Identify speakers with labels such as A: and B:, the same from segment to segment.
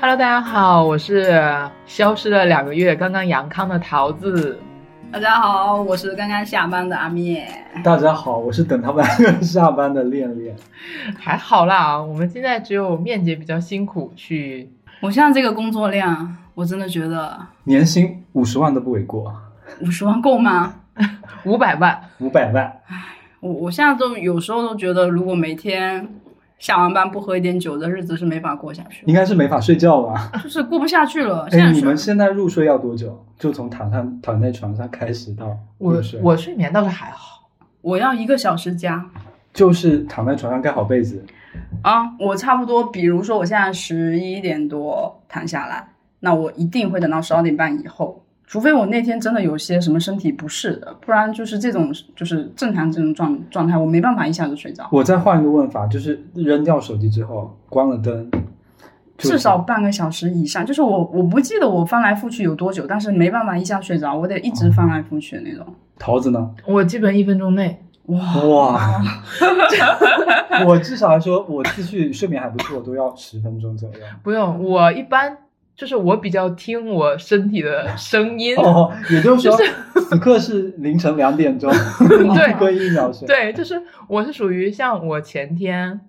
A: Hello，大家好，我是消失了两个月刚刚阳康的桃子。
B: 大家好，我是刚刚下班的阿面。
C: 大家好，我是等他们下班的恋恋。
A: 还好啦，我们现在只有面姐比较辛苦去。
B: 我现在这个工作量，我真的觉得
C: 年薪五十万都不为过，
B: 五十万够吗？
A: 五百万，
C: 五百万，
B: 我我现在都有时候都觉得，如果每天下完班不喝一点酒的日子是没法过下去
C: 应
B: 的，
C: 该是没法睡觉吧？
B: 就是过不下去了。现
C: 哎，
B: 在
C: 你
B: 是
C: 们现在入睡要多久？就从躺上躺在床上开始到
A: 我
C: 入睡，
A: 我睡眠倒是还好，
B: 我要一个小时加
C: 就是躺在床上盖好被子，
B: 啊，我差不多，比如说我现在十一点多躺下来，那我一定会等到十二点半以后。除非我那天真的有些什么身体不适的，不然就是这种就是正常这种状状态，我没办法一下子睡着，
C: 我再换一个问法，就是扔掉手机之后，关了灯，就是
B: 至少半个小时以上。就是我我不记得我翻来覆去有多久，但是没办法一下睡着，我得一直
A: 哦
B: 翻来覆去那种。
C: 桃子呢？
A: 我基本一分钟内。
B: 哇，
C: 哇， 我至少来说，我自去睡眠还不错，都要十分钟左右。
A: 不用，我一般就是我比较听我身体的声音。
C: 哦，也就是说，此刻是凌晨两点钟，
A: 对
C: 归一秒睡。
A: 对，就是我是属于像我前天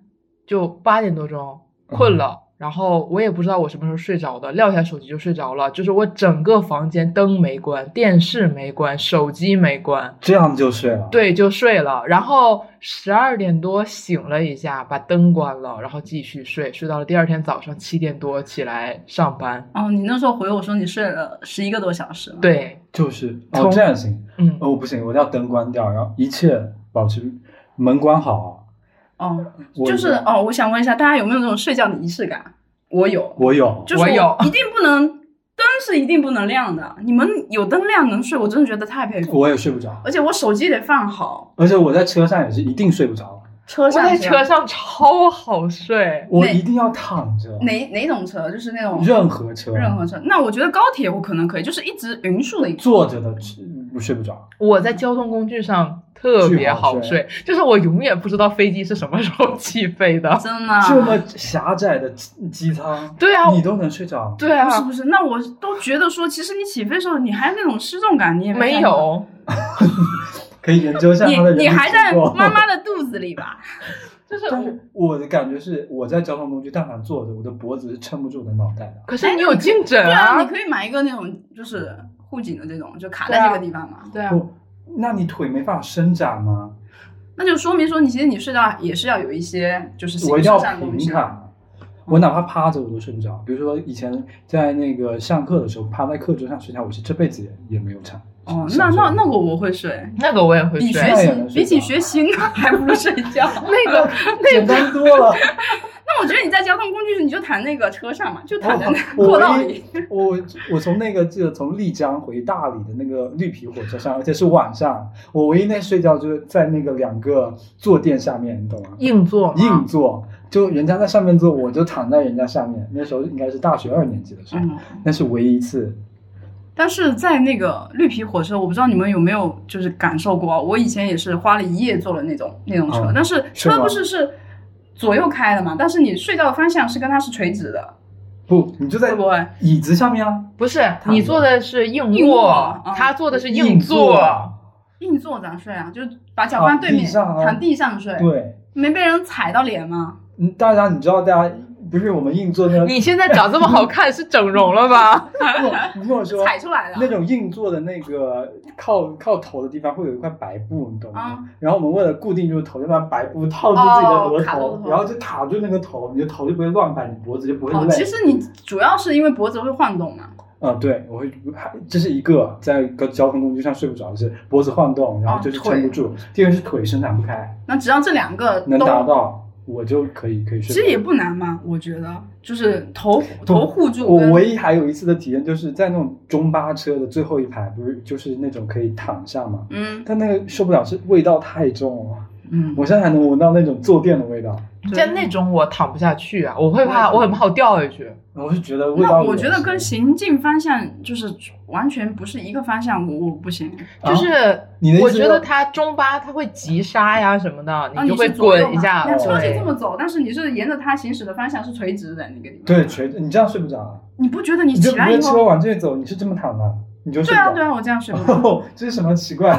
A: 就八点多钟困了，然后我也不知道我什么时候睡着的，撂下手机就睡着了。就是我整个房间灯没关，电视没关，手机没关，
C: 这样就睡了。，
A: 对，就睡了。然后十二点多醒了一下，把灯关了，然后继续睡，睡到了第二天早上七点多起来上班。
B: 哦，你那时候回我说你睡了十一个多小时，，
A: 对，
C: 就是哦
A: 从，
C: 这样行。
A: 嗯，
C: 哦，不行，我要灯关掉，然后一切保持门关好。
B: 哦，
C: 我
B: 就是哦，我想问一下大家有没有那种睡觉的仪式感？我有，
C: 我有，
B: 就是
A: 我有
B: 一定不能灯是一定不能亮的。你们有灯亮能睡，我真的觉得太佩服。
C: 我也睡不着，
B: 而且我手机得放好，
C: 而且我在车上也是一定睡不着，
B: 车
A: 我
B: 上
A: 在
B: 是
A: 车上超好睡，
C: 我
B: 哪
C: 一定要躺着。
B: 哪哪种车，就是那种
C: 任何车，
B: 任何车。那我觉得高铁我可能可以，就是一直匀速的
C: 坐着的嗯睡不着。
A: 我在交通工具上特别好睡，就是我永远不知道飞机是什么时候起飞的。
B: 真的。
C: 这么狭窄的机机舱，
A: 对啊，
C: 你都能睡着？
A: 对
B: 不是
A: 啊，
B: 不是，那我都觉得说，其实你起飞的时候，你还有那种失重感，你也
A: 没
B: 看到，
A: 有，
C: 可以研究一下
B: 你
C: 他的人
B: 你
C: 体
B: 还在
C: 结构
B: 妈妈的肚子里吧？
A: 就是
C: 但是我的感觉是，我在交通工具但凡坐着，我的脖子是撑不住我的脑袋的。
A: 可哎是你有颈枕
B: 对啊，你
A: 啊，
B: 可以买一个那种就是护颈的这种，就卡在这个地方嘛。
A: 对啊，
C: 不，那你腿没办法伸展吗？
B: 那就说明说，你其实你睡觉也是要有一些就是形
C: 我一
B: 式
C: 定要
B: 上的东
C: 平
B: 西。
C: 躺，啊我哪怕趴着我都睡不着。比如说以前在那个上课的时候，趴在课桌上睡觉，我是这辈子也也没有尝。
B: 哦，那
C: 享受
B: 那
C: 过
B: 那个我会睡，
A: 那个我也会
B: 比
A: 睡
B: 学。
C: 那也
B: 习
C: 能睡
B: 比起
C: 着
B: 学习那还不如睡觉。
A: 那 个
C: 简单多了。
B: 那我觉得你在交通工具你就躺那个车上嘛，就躺在那
C: 哦我
B: 过道
C: 我
B: 里
C: 一。我我从那个记得从丽江回大理的那个绿皮火车上，而且是晚上，我唯一那睡觉就是在那个两个坐垫下面，你懂吗？
A: 硬座嘛，
C: 硬座，就人家在上面坐，我就躺在人家下面。那时候应该是大学二年级的时候，
B: 嗯，
C: 那是唯一一次。
B: 但是在那个绿皮火车，我不知道你们有没有就是感受过啊，我以前也是花了一夜坐了那种那种车，
C: 嗯
B: 但是
C: 是吗
B: 车不是是左右开的嘛，但是你睡觉的方向是跟它是垂直的，
C: 不，你就在
B: 会不会？
C: 椅子下面啊，
A: 不是
C: 着
A: 你坐的是硬
B: 硬
A: 卧
B: 卧嗯，
A: 他坐的是
C: 硬
A: 座。
B: 硬座咋睡啊？就是把脚放对面，
C: 啊地上啊
B: 躺地上睡，
C: 对，
B: 没被人踩到脸吗？
C: 嗯，大家你知道，大家不是我们硬座那个，
A: 你现在长这么好看是整容了 吧？
C: 不，你跟我说，
B: 踩出来了。啊
C: 那种硬座的那个靠靠头的地方会有一块白布，你懂吗？
B: 啊
C: 然后我们为了固定住头，就把白布套住自己的额
B: 哦卡
C: 头，
B: 住头
C: 然后就卡住那个头，你的头就不会乱摆，你脖子就不会
B: 哦，
C: 累。
B: 其实你主要是因为脖子会晃动嘛。
C: 啊、对，我会，还这是一个在个交通工具上睡不着，是脖子晃动，
B: 哦
C: 然后就是撑不住；第二个是腿伸展不开，
B: 那只要这两个
C: 能
B: 都，
C: 达到我就可以可以
B: 其
C: 睡。
B: 实也不难嘛，我觉得就是头头护住
C: 我
B: 跟。
C: 唯一还有一次的体验就是在那种中巴车的最后一排，不是就是那种可以躺下嘛，
B: 嗯，
C: 但那个受不了，是味道太重了，
B: 嗯，
C: 我现在还能闻到那种坐垫的味道，
A: 像那种我躺不下去啊，我会
C: 我也
A: 怕，
C: 是
A: 我很怕我掉下去。
C: 我是觉得味
B: 那
C: 道恶心。
B: 我觉得跟行进方向就是完全不是一个方向，我我不行。
C: 啊
A: 就是
C: 你的意思
A: 我
C: 是
A: 觉得它中巴它会急刹呀什么的，
B: 啊，
A: 就会
B: 是左右
A: 滚一下。哦
B: 嘛那
C: 哦
B: 车是
A: 对
B: 这么走，但是你是沿着它行驶的方向是垂直的那个地方。
C: 对，垂你这样睡不着啊，
B: 你不觉得你
C: 你就
B: 起
C: 你
B: 来
C: 就
B: 以
C: 车
B: 后，
C: 往这走，你是这么躺的，你就睡
B: 对
C: 不
B: 啊
C: 着。
B: 对啊，我这样睡不 着。
C: 哦，这是什么奇怪？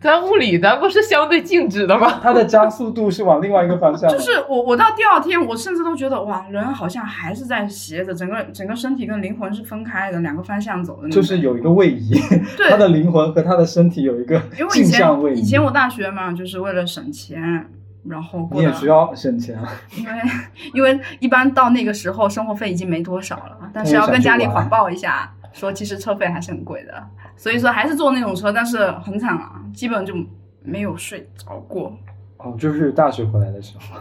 A: 咱物理咱不是相对静止的 吗？
C: 它的加速度是往另外一个方向，
B: 就是我，我到第二天，我甚至都觉得哇，人好像还是在斜着，整个整个身体跟灵魂是分开的，两个方向走的那种。
C: 就是有一个位移，
B: 对
C: 他的灵魂和他的身体有一个
B: 因为我以
C: 镜像位
B: 前
C: 移。
B: 以前我大学嘛，就是为了省钱，然后过
C: 你
B: 得
C: 也需要省钱啊，
B: 因为 因为一般到那个时候生活费已经没多少了，但是要跟家里谎报一下，说其实车费还是很贵的，所以说还是坐那种车，但是很惨啊，基本就没有睡着过。
C: 哦，就是大学回来的时候，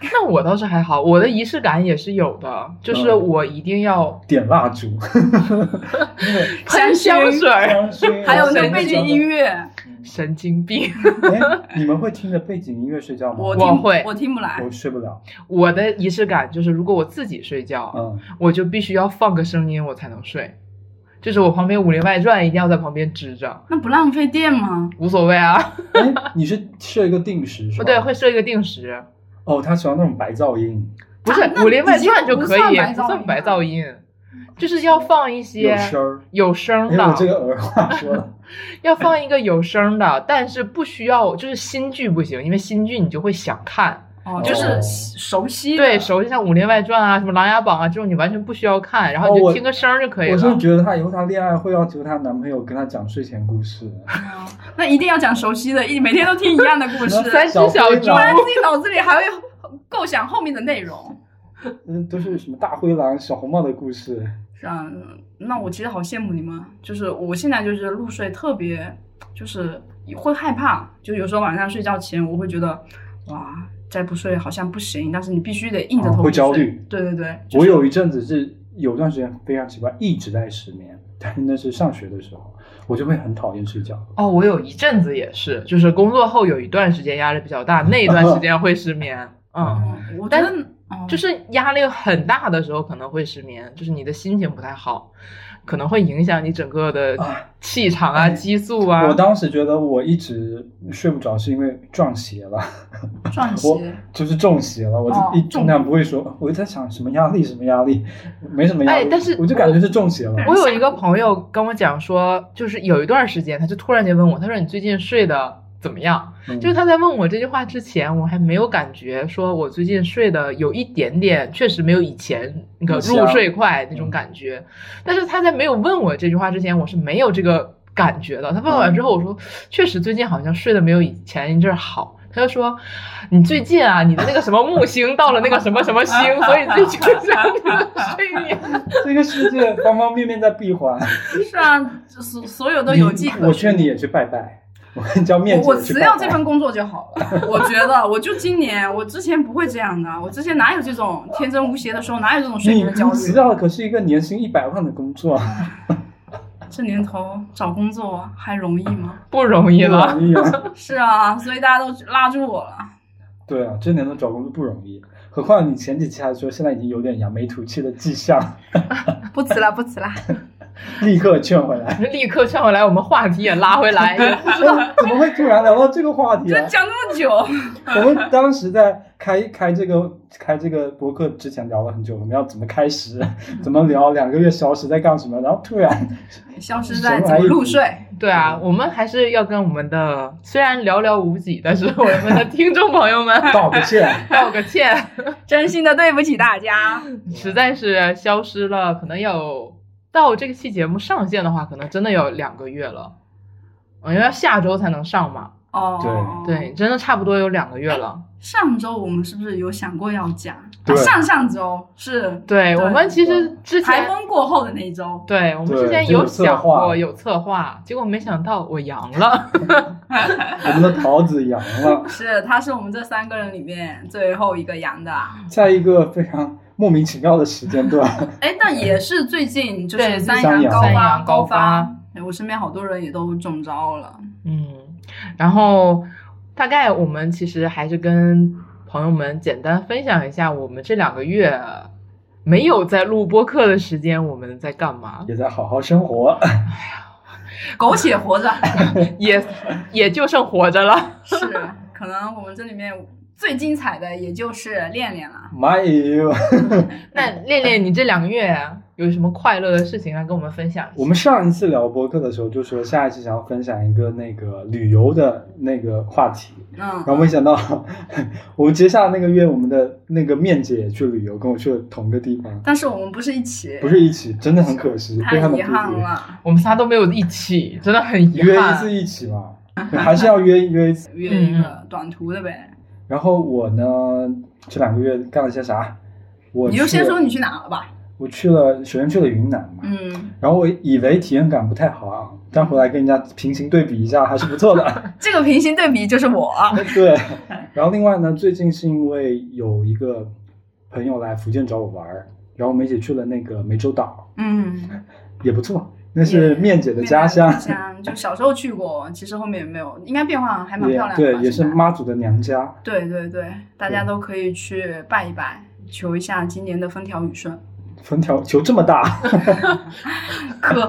A: 那我倒是还好，我的仪式感也是有的，就是
C: 嗯
A: 我一定要
C: 点蜡烛，
A: 喷香水儿，
C: 香薰
B: 还有那
A: 个
B: 个背景音。乐，
A: 神经病。
C: 哎，你们会听着背景音乐睡觉吗？
B: 我
A: 我
B: 听
A: 会
B: 我听不来
C: 我，睡不了，
A: 我的仪式感就是，如果我自己睡觉，
C: 嗯，
A: 我就必须要放个声音我才能睡，就是我旁边《武林外传》一定要在旁边支着，
B: 那不浪费电吗？
A: 无所谓啊。
C: 哎，你是设一个定时是吧？
A: 不对，会设一个定时，
C: 哦，他喜欢那种白噪音，
A: 不是
B: 啊
A: 《
B: 那
A: 武林外传》就可以
B: 已，经
A: 不
B: 不
A: 算
B: 算
A: 白
B: 白
A: 噪
B: 噪
A: 音，就是要放一些
C: 有声儿。
A: 有声
C: 哎，我这
A: 的，
C: 个儿话说 了，
A: 要放一个有声的，但是不需要就是新剧不行，因为新剧你就会想看，
B: 哦，
C: 哦
B: 就是熟悉的
A: 对，熟悉像《武林外传》啊、什么《琅琊榜》啊这种你完全不需要看，然后
C: 哦
A: 你就
C: 我
A: 听个声儿就可以
C: 我
A: 了。
C: 是觉得她以后她恋爱会要求她男朋友跟她讲睡前故事，
B: 啊那一定要讲熟悉的，一每天都听一样的故事，
A: 三只小
C: 小啊
A: 猪
C: 猪
B: 不然自己脑子里还会构想后面的内容。
C: 嗯，都是什么大灰狼、小红帽的故事。
B: 是啊，那我其实好羡慕你们，啊就是我现在就是入睡特别，就是会害怕，就有时候晚上睡觉前我会觉得，哇，再不睡好像不行，但是你必须得硬着头
C: 啊
B: 皮
C: 会焦
B: 睡
C: 虑
B: 对对对，
C: 我有一阵子是有段时间非常奇怪，一直在失眠，但是那是上学的时候，我就会很讨厌睡觉。
A: 哦，我有一阵子也是，就是工作后有一段时间压力比较大，那一段时间会失眠。嗯，
B: 嗯，我觉
A: 但
B: 得嗯
A: 就是压力很大的时候可能会失眠，就是你的心情不太好，可能会影响你整个的
C: 啊
A: 气场啊、激素啊。
C: 我当时觉得我一直睡不着是因为撞邪了，
B: 撞
C: 我
B: 邪，
C: 就是中邪了。我
B: 哦
C: 一尽量不会说，我就在想什么压力，什么压力， 没什么压
A: 哎
C: 力，
A: 但是
C: 我就感觉是中邪了。
A: 我有一个朋友跟我讲说，就是有一段时间，他就突然间问我，他说你最近睡的怎么样？
C: 嗯
A: 就是他在问我这句话之前，我还没有感觉说我最近睡的有一点点，确实没有以前那个
C: 很香
A: 入睡快那种感觉。但是他在没有问我这句话之前，我是没有这个感觉的。他问完之后，我说确实最近好像睡得没有以前一阵儿好。他就说：“你最近啊，你的那个什么木星到了那个什么什么星，所以最近让你的 睡眠。”
C: 这个世界方方面面在闭 环。
B: 是啊，所所有 都有迹可
C: 嗯我
B: 循
C: 劝你也去拜拜，我叫面子
B: 我我
C: 也去
B: 辞
C: 拜
B: 掉
C: 拜
B: 这份工作就好了，我觉得，我就今年，我之前不会这样的，我之前哪有这种天真无邪的时候，哪有这种睡
C: 你
B: 眠焦虑？
C: 辞掉的可是一个年薪一百万的工作，啊
B: 这年头找工作还容易吗？
A: 不容易
C: 不
A: 了。
C: 容易啊！
B: 是啊，所以大家都拉住我了。
C: 对啊，这年头找工作不容易，何况你前几期还说现在已经有点扬眉吐气的迹象，
B: 不辞了，不辞了。
C: 立刻劝回 来。
A: 立刻劝回来，我们话题也拉回 来，也不知道
C: 哎怎么会突然聊到这个话题
B: 就
C: 啊？
B: 讲那么久，
C: 我们当时在开开这个开这个博客之前聊了很久，我们要怎么开始，怎么聊两个月消失在干什么，然后突然
B: 消失在怎么入睡？
A: 对啊，我们还是要跟我们的虽然寥寥无几，但是我们的听众朋友 们
C: 道个歉，
A: 道个歉，
B: 真心的对不起大家。
A: 实在是消失了，可能有到这期节目上线的话，可能真的有两个月了。嗯，因为下周才能上嘛，
B: 哦，
A: 对，，真的差不多有两个月了。
B: 上周我们是不是有想过要讲？
C: 对
B: 啊上上周是
A: 对我们其实之
B: 台
A: 前，
B: 风过后的那一周，
A: 对我们之
C: 对
A: 前
C: 就有
A: 有
C: 策
A: 想
C: 划
A: 过有策划，结果没想到我阳了。
C: 我们的桃子阳了，
B: 是他是我们这三个人里面最后一个阳的。啊
C: 在一个非常莫名其妙的时间段。
B: 哎，但也是最近就
A: 对
B: 是三
C: 三
B: 阳
C: 阳
B: 高
A: 三
B: 发
A: 阳高发
B: 哎我身边好多人也都中招了。
A: 嗯，然后大概我们其实还是跟朋友们简单分享一下我们这两个月没有在录播课的时间我们在干嘛，
C: 也在好好生活。
B: 苟且活着
A: 也也就剩活着了。
B: 是，可能我们这里面最精彩的也就是恋恋了。
C: 妈耶！
A: 那恋恋，你这两个月有什么快乐的事情来跟我们分享一下？
C: 我们上一次聊播客的时候就说下一期想要分享一个那个旅游的那个话题，然后
B: 嗯，
C: 没想到我们接下来那个月我们的那个面姐也去旅游，跟我去了同个地方，
B: 但是我们不是一起，
C: 不是一起，真的很可惜，
B: 太
C: 非常的
B: 遗憾
C: 不值
B: 了。
A: 我们仨都没有一起，真的很遗
C: 约一
A: 憾。
C: 次一起嘛，还是要约一约一次。
B: 约一个短途的呗，
C: 然后我呢，这两个月干了些啥？我
B: 你就先
C: 去
B: 说你去哪了吧。
C: 我去了，首先去了云南嘛，
B: 嗯，
C: 然后我以为体验感不太好啊，但回来跟人家平行对比一下还是不错的。
B: 这个平行对比就是我。
C: 对，然后另外呢，最近是因为有一个朋友来福建找我玩儿，然后我们一起去了那个湄洲岛，
B: 嗯，
C: 也不错，那是面姐的家乡
B: 面，姐的家乡就小时候去过，其实后面也没有，应该变化还蛮
C: 也
B: 漂亮的吧。
C: 对，也是
B: 现在
C: 妈祖的娘家。
B: 对对对，大家都可以去拜一拜，求一下今年的风调雨顺。
C: 粉条球这么大，
B: 可我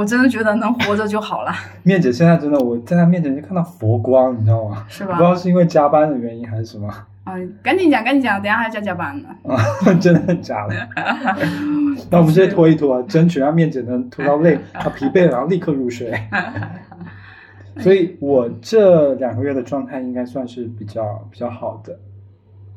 B: 我真的觉得能活着就好了，
C: 面姐现在真的，我在她面前就看到佛光，你知道吗？
B: 是
C: 不
B: 吧
C: 知？道是因为加班的原因还是什么，
B: 嗯，赶紧讲，赶紧讲，等一下还要加班呢。
C: 真的假 的？那我们先拖一拖，争取让面姐能拖到 累，她疲惫了，然后立刻入睡。所以我这两个月的状态应该算是比较比较好的，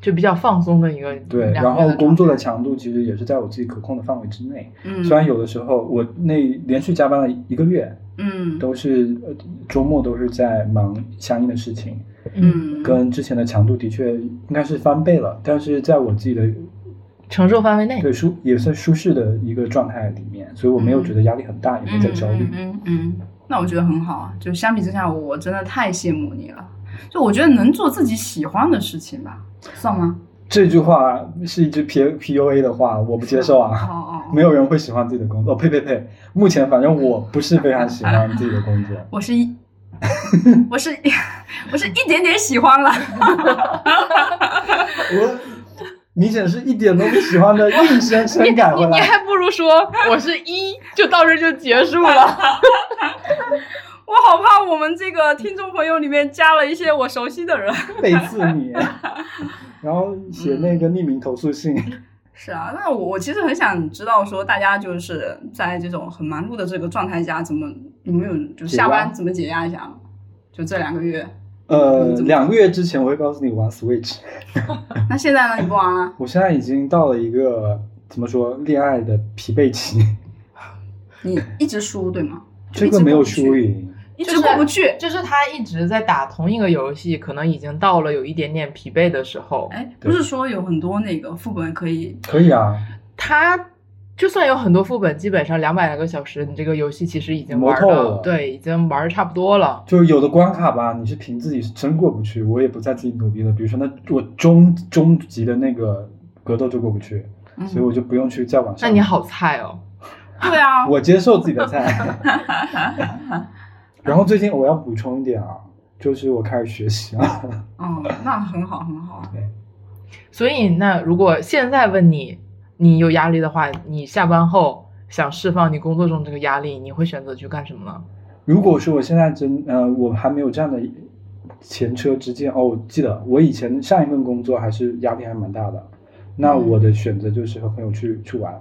A: 就比较放松的一个
C: 对。
A: 两个
C: 然
A: 月
C: 后
A: 的
C: 工作
A: 状
C: 的强度其实也是在我自己可控的范围之内。
B: 嗯，
C: 虽然有的时候我那连续加班了一个月，
B: 嗯
C: 都是呃周末都是在忙相应的事情，
A: 态
B: 嗯
C: 跟之前的强度的确应该是翻倍了，但是在我自己的
A: 承受范围内，
C: 对舒也算舒适的一个状态里面，所以我没有觉得压力很大，也没在焦虑
B: 嗯。嗯嗯嗯，那我觉得很好啊。就相比之下，我真的太羡慕你了。就我觉得能做自己喜欢的事情吧，算吗？
C: 这句话是一句 P P U A 的话，我不接受
B: 哦
C: 啊！
B: 哦，
C: 没有人会喜欢自己的工作。哦，呸呸呸！目前反正我不是非常喜欢自己的工作。
B: 我是一， 我是一， 我是一点点喜欢了。
C: 我明显是一点都不喜欢的，硬生生
A: 你
C: 改回
A: 你你
C: 来。
A: 还不如说我是一，就到这儿就结束 了。
B: 我好怕我们这个听众朋友里面加了一些我熟悉的人。
C: 背刺你，然后写那个匿名投诉信。
B: 是啊，那我我其实很想知道，说大家就是在这种很忙碌的这个状态下，怎么有没有就下
C: 解
B: 班
C: 压
B: 怎么解压一下？就这两个月，
C: 呃，两个月之前我会告诉你玩 Switch，
B: 那现在呢？你不玩了？
C: 我现在已经到了一个怎么说恋爱的疲惫期，
B: 你一直输对吗？
C: 这个没有输
B: 就
C: 赢。
B: 一直过不去。
A: 就是他一直在打同一个游戏，可能已经到了有一点点疲惫的时候，
B: 哎，
C: 对
B: 不是说有很多那个副本可以，
C: 可以啊，
A: 他。就算有很多副本，基本上两百来个小时，你这个游戏其实已经玩
C: 磨透
A: 的
C: 了
A: 对，已经玩的差不多了。
C: 就是有的关卡吧，你是凭自己是真过不去，我也不再自己努力了。比如说那我终终极的那个格斗就过不去，
B: 嗯，
C: 所以我就不用去再往
A: 那
C: 上。
A: 你，好菜哦，
B: 对啊，
C: 我接受自己的菜。然后最近我要补充一点啊，就是我开始学习啊，
B: 嗯，那很好很好。
A: 所以，那如果现在问你，你有压力的话，你下班后想释放你工作中这个压力，你会选择去干什么呢？
C: 如果说我现在真呃，我还没有这样的前车之鉴哦，我记得我以前上一份工作还是压力还蛮大的，那
B: 嗯
C: 我的选择就是和朋友去去玩、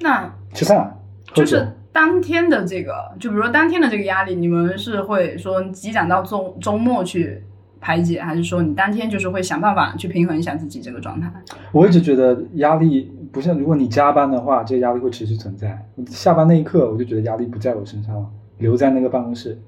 B: 那
C: 吃饭、啊喝
B: 就
C: 酒。
B: 是当天的这个，就比如说当天的这个压力，你们是会说积攒到周周末去排解，还是说你当天就是会想办法去平衡一下自己这个状态？
C: 我一直觉得压力不像，如果你加班的话，这个压力会持续存在。下班那一刻，我就觉得压力不在我身上了，留在那个办公室，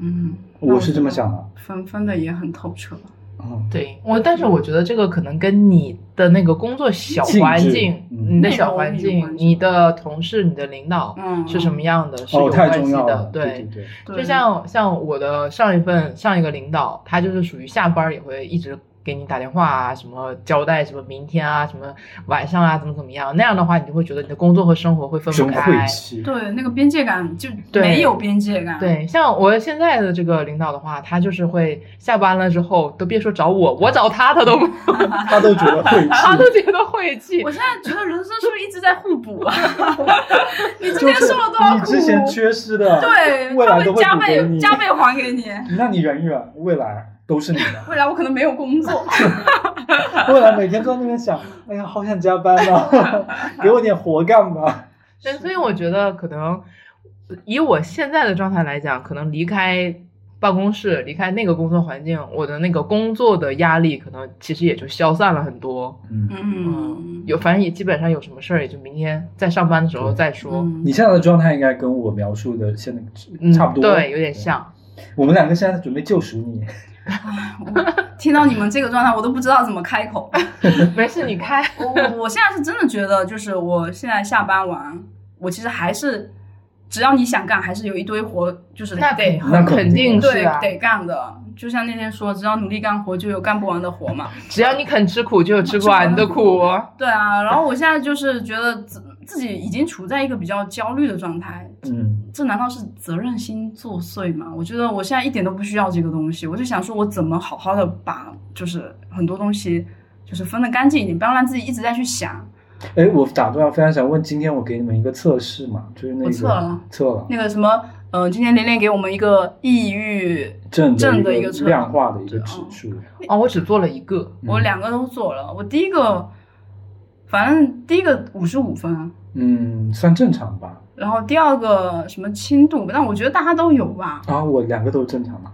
B: 嗯，
C: 我是这么，想的。
B: 分分的也很透彻。
C: 嗯，
A: 对我，但是我觉得这个可能跟你的那个工作小
C: 性质
A: 环境、
C: 嗯
A: 你的小环
B: 内容有
A: 境、
B: 关系
A: 你的同事、你的领导
B: 嗯，
A: 是什么？样的、是有
C: 哦，太
A: 关
C: 重
A: 系
C: 要
A: 的
C: 了。。对
A: 对，
C: 对，
B: 对
A: 就像像我的上一份上一个领导，他就是属于下班也会一直给你打电话啊，什么交代什么明天啊，什么晚上啊，怎么怎么样，那样的话你就会觉得你的工作和生活会分不
C: 真
A: 开
C: 晦。气。
B: 对，那个边界感就
A: 对
B: 没有边界感。，
A: 对，像我现在的这个领导的话，他就是会下班了之后都别说找我，我找他他都
C: 他都觉得晦
A: 他
C: 气
A: 都，觉得晦气
B: 我。现在觉得人生是不是一直在互补啊？ 你之
C: 就
B: 前
C: 是
B: 受了多少
C: 你
B: 苦？
C: 之前缺失的，
B: 对，
C: 未
B: 他
C: 来都
B: 会
C: 会
B: 加
C: 补给
B: 倍
C: 你。
B: 加倍还给你。
C: 那你忍一忍，未来都是你的。
B: 未来我可能没有工作，
C: 未来每天都在那边想，哎呀，好想加班啊， 给我点活干吧。
A: 对，所以我觉得可能以我现在的状态来讲，可能离开办公室、离开那个工作环境，我的那个工作的压力可能其实也就消散了很多。
C: 嗯，
B: 嗯，
A: 有反正也基本上有什么事儿，也就明天在上班的时候再说。
B: 嗯
C: 你现在的状态应该跟我描述的现在
A: 嗯，
C: 差不多，
A: 对，有点。像。
C: 我们两个现在准备救赎 你，
B: 听到你们这个状态，我都不知道怎么开口。
A: 没事，你 开。
B: 我我我现在是真的觉得，就是我现在下班完，我其实还是，只要你想干，还是有一堆活，就是
A: 那
B: 得
C: 那肯
A: 肯
C: 定
A: 定是
B: 对
A: 啊，
B: 得干的。就像那天说，只要努力干活，就有干不完的活嘛。
A: 只要你肯吃苦，就有吃不完的 苦。哦
B: 对啊，然后我现在就是觉得自自己已经处在一个比较焦虑的状态，
C: 嗯，
B: 这难道是责任心作祟吗？我觉得我现在一点都不需要这个东西，我就想说，我怎么好好的把就是很多东西就是分得干净一点，不要让自己一直在去想。
C: 哎，我打断，非常想问，今天我给你们一个测试嘛，就是那个
B: 我测了，
C: 测了
B: 那个什么，呃，今天连连给我们一个抑郁，
C: 正
B: 正的
C: 一
B: 一个测
C: 量化的一个
B: 嗯
C: 指数，嗯
A: 哦，我只做了一个，
B: 我两个都做了。我第一个，反正第一个五十五分，
C: 嗯算正常吧。
B: 然后第二个什么轻度，但我觉得大家都有吧。
C: 啊，我两个都正常嘛。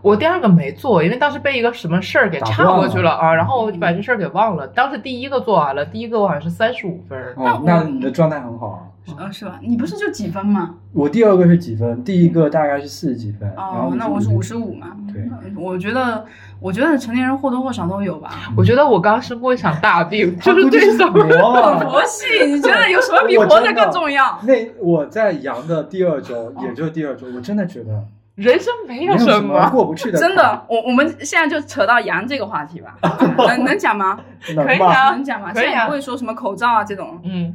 A: 我第二个没做，因为当时被一个什么事儿给岔过去了啊，然后我
B: 嗯
A: 就把这事儿给忘了。当时第一个做完了，第一个我好像是三十五分儿，
C: 哦，
B: 但
C: 那
B: 我
C: 你的状态很好啊。
B: 呃，是吧？你不是就几分吗？
C: 我第二个是几分？第一个大概是四十几分，然
B: 哦
C: 后，
B: 那我是五十
C: 五。
B: 五嘛。嗯
C: 对，
B: 我觉得，我觉得成年人或多或少都有 吧。
A: 我觉得我刚生过一场大病，就是啊对手。
C: 我
B: 佛系，你觉得有什么比活着更重要？
C: 那我在阳的第二周，也就是第二周，我真的觉得
A: 人生没
C: 没
A: 有
C: 有
A: 什
C: 什么
A: 么，
C: 过不去的坎，
B: 真的，我我们现在就扯到羊这个话题吧，能能讲 吗？
A: 可以
C: 能吧？
A: 啊
B: 能讲吗？
A: 可以啊
B: 现在不会说什么口罩啊这种，
A: 嗯，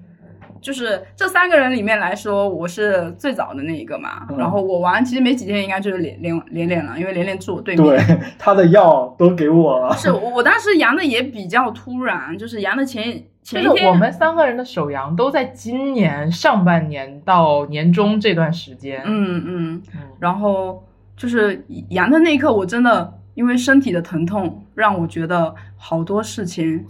B: 就是这三个人里面来说，我是最早的那一个嘛。
C: 嗯
B: 然后我玩其实没几天，应该就是连连连连了，因为连连住我对面。
C: 对，他的药都给我了。
B: 是我我当时阳的也比较突然，就是阳的前一
A: 就
B: 前一
A: 是
B: 天，
A: 我们三个人的首阳都在今年上半年到年中这段时间。
B: 嗯嗯，
A: 嗯
B: 然后就是阳的那一刻，我真的因为身体的疼痛，让我觉得好多事情，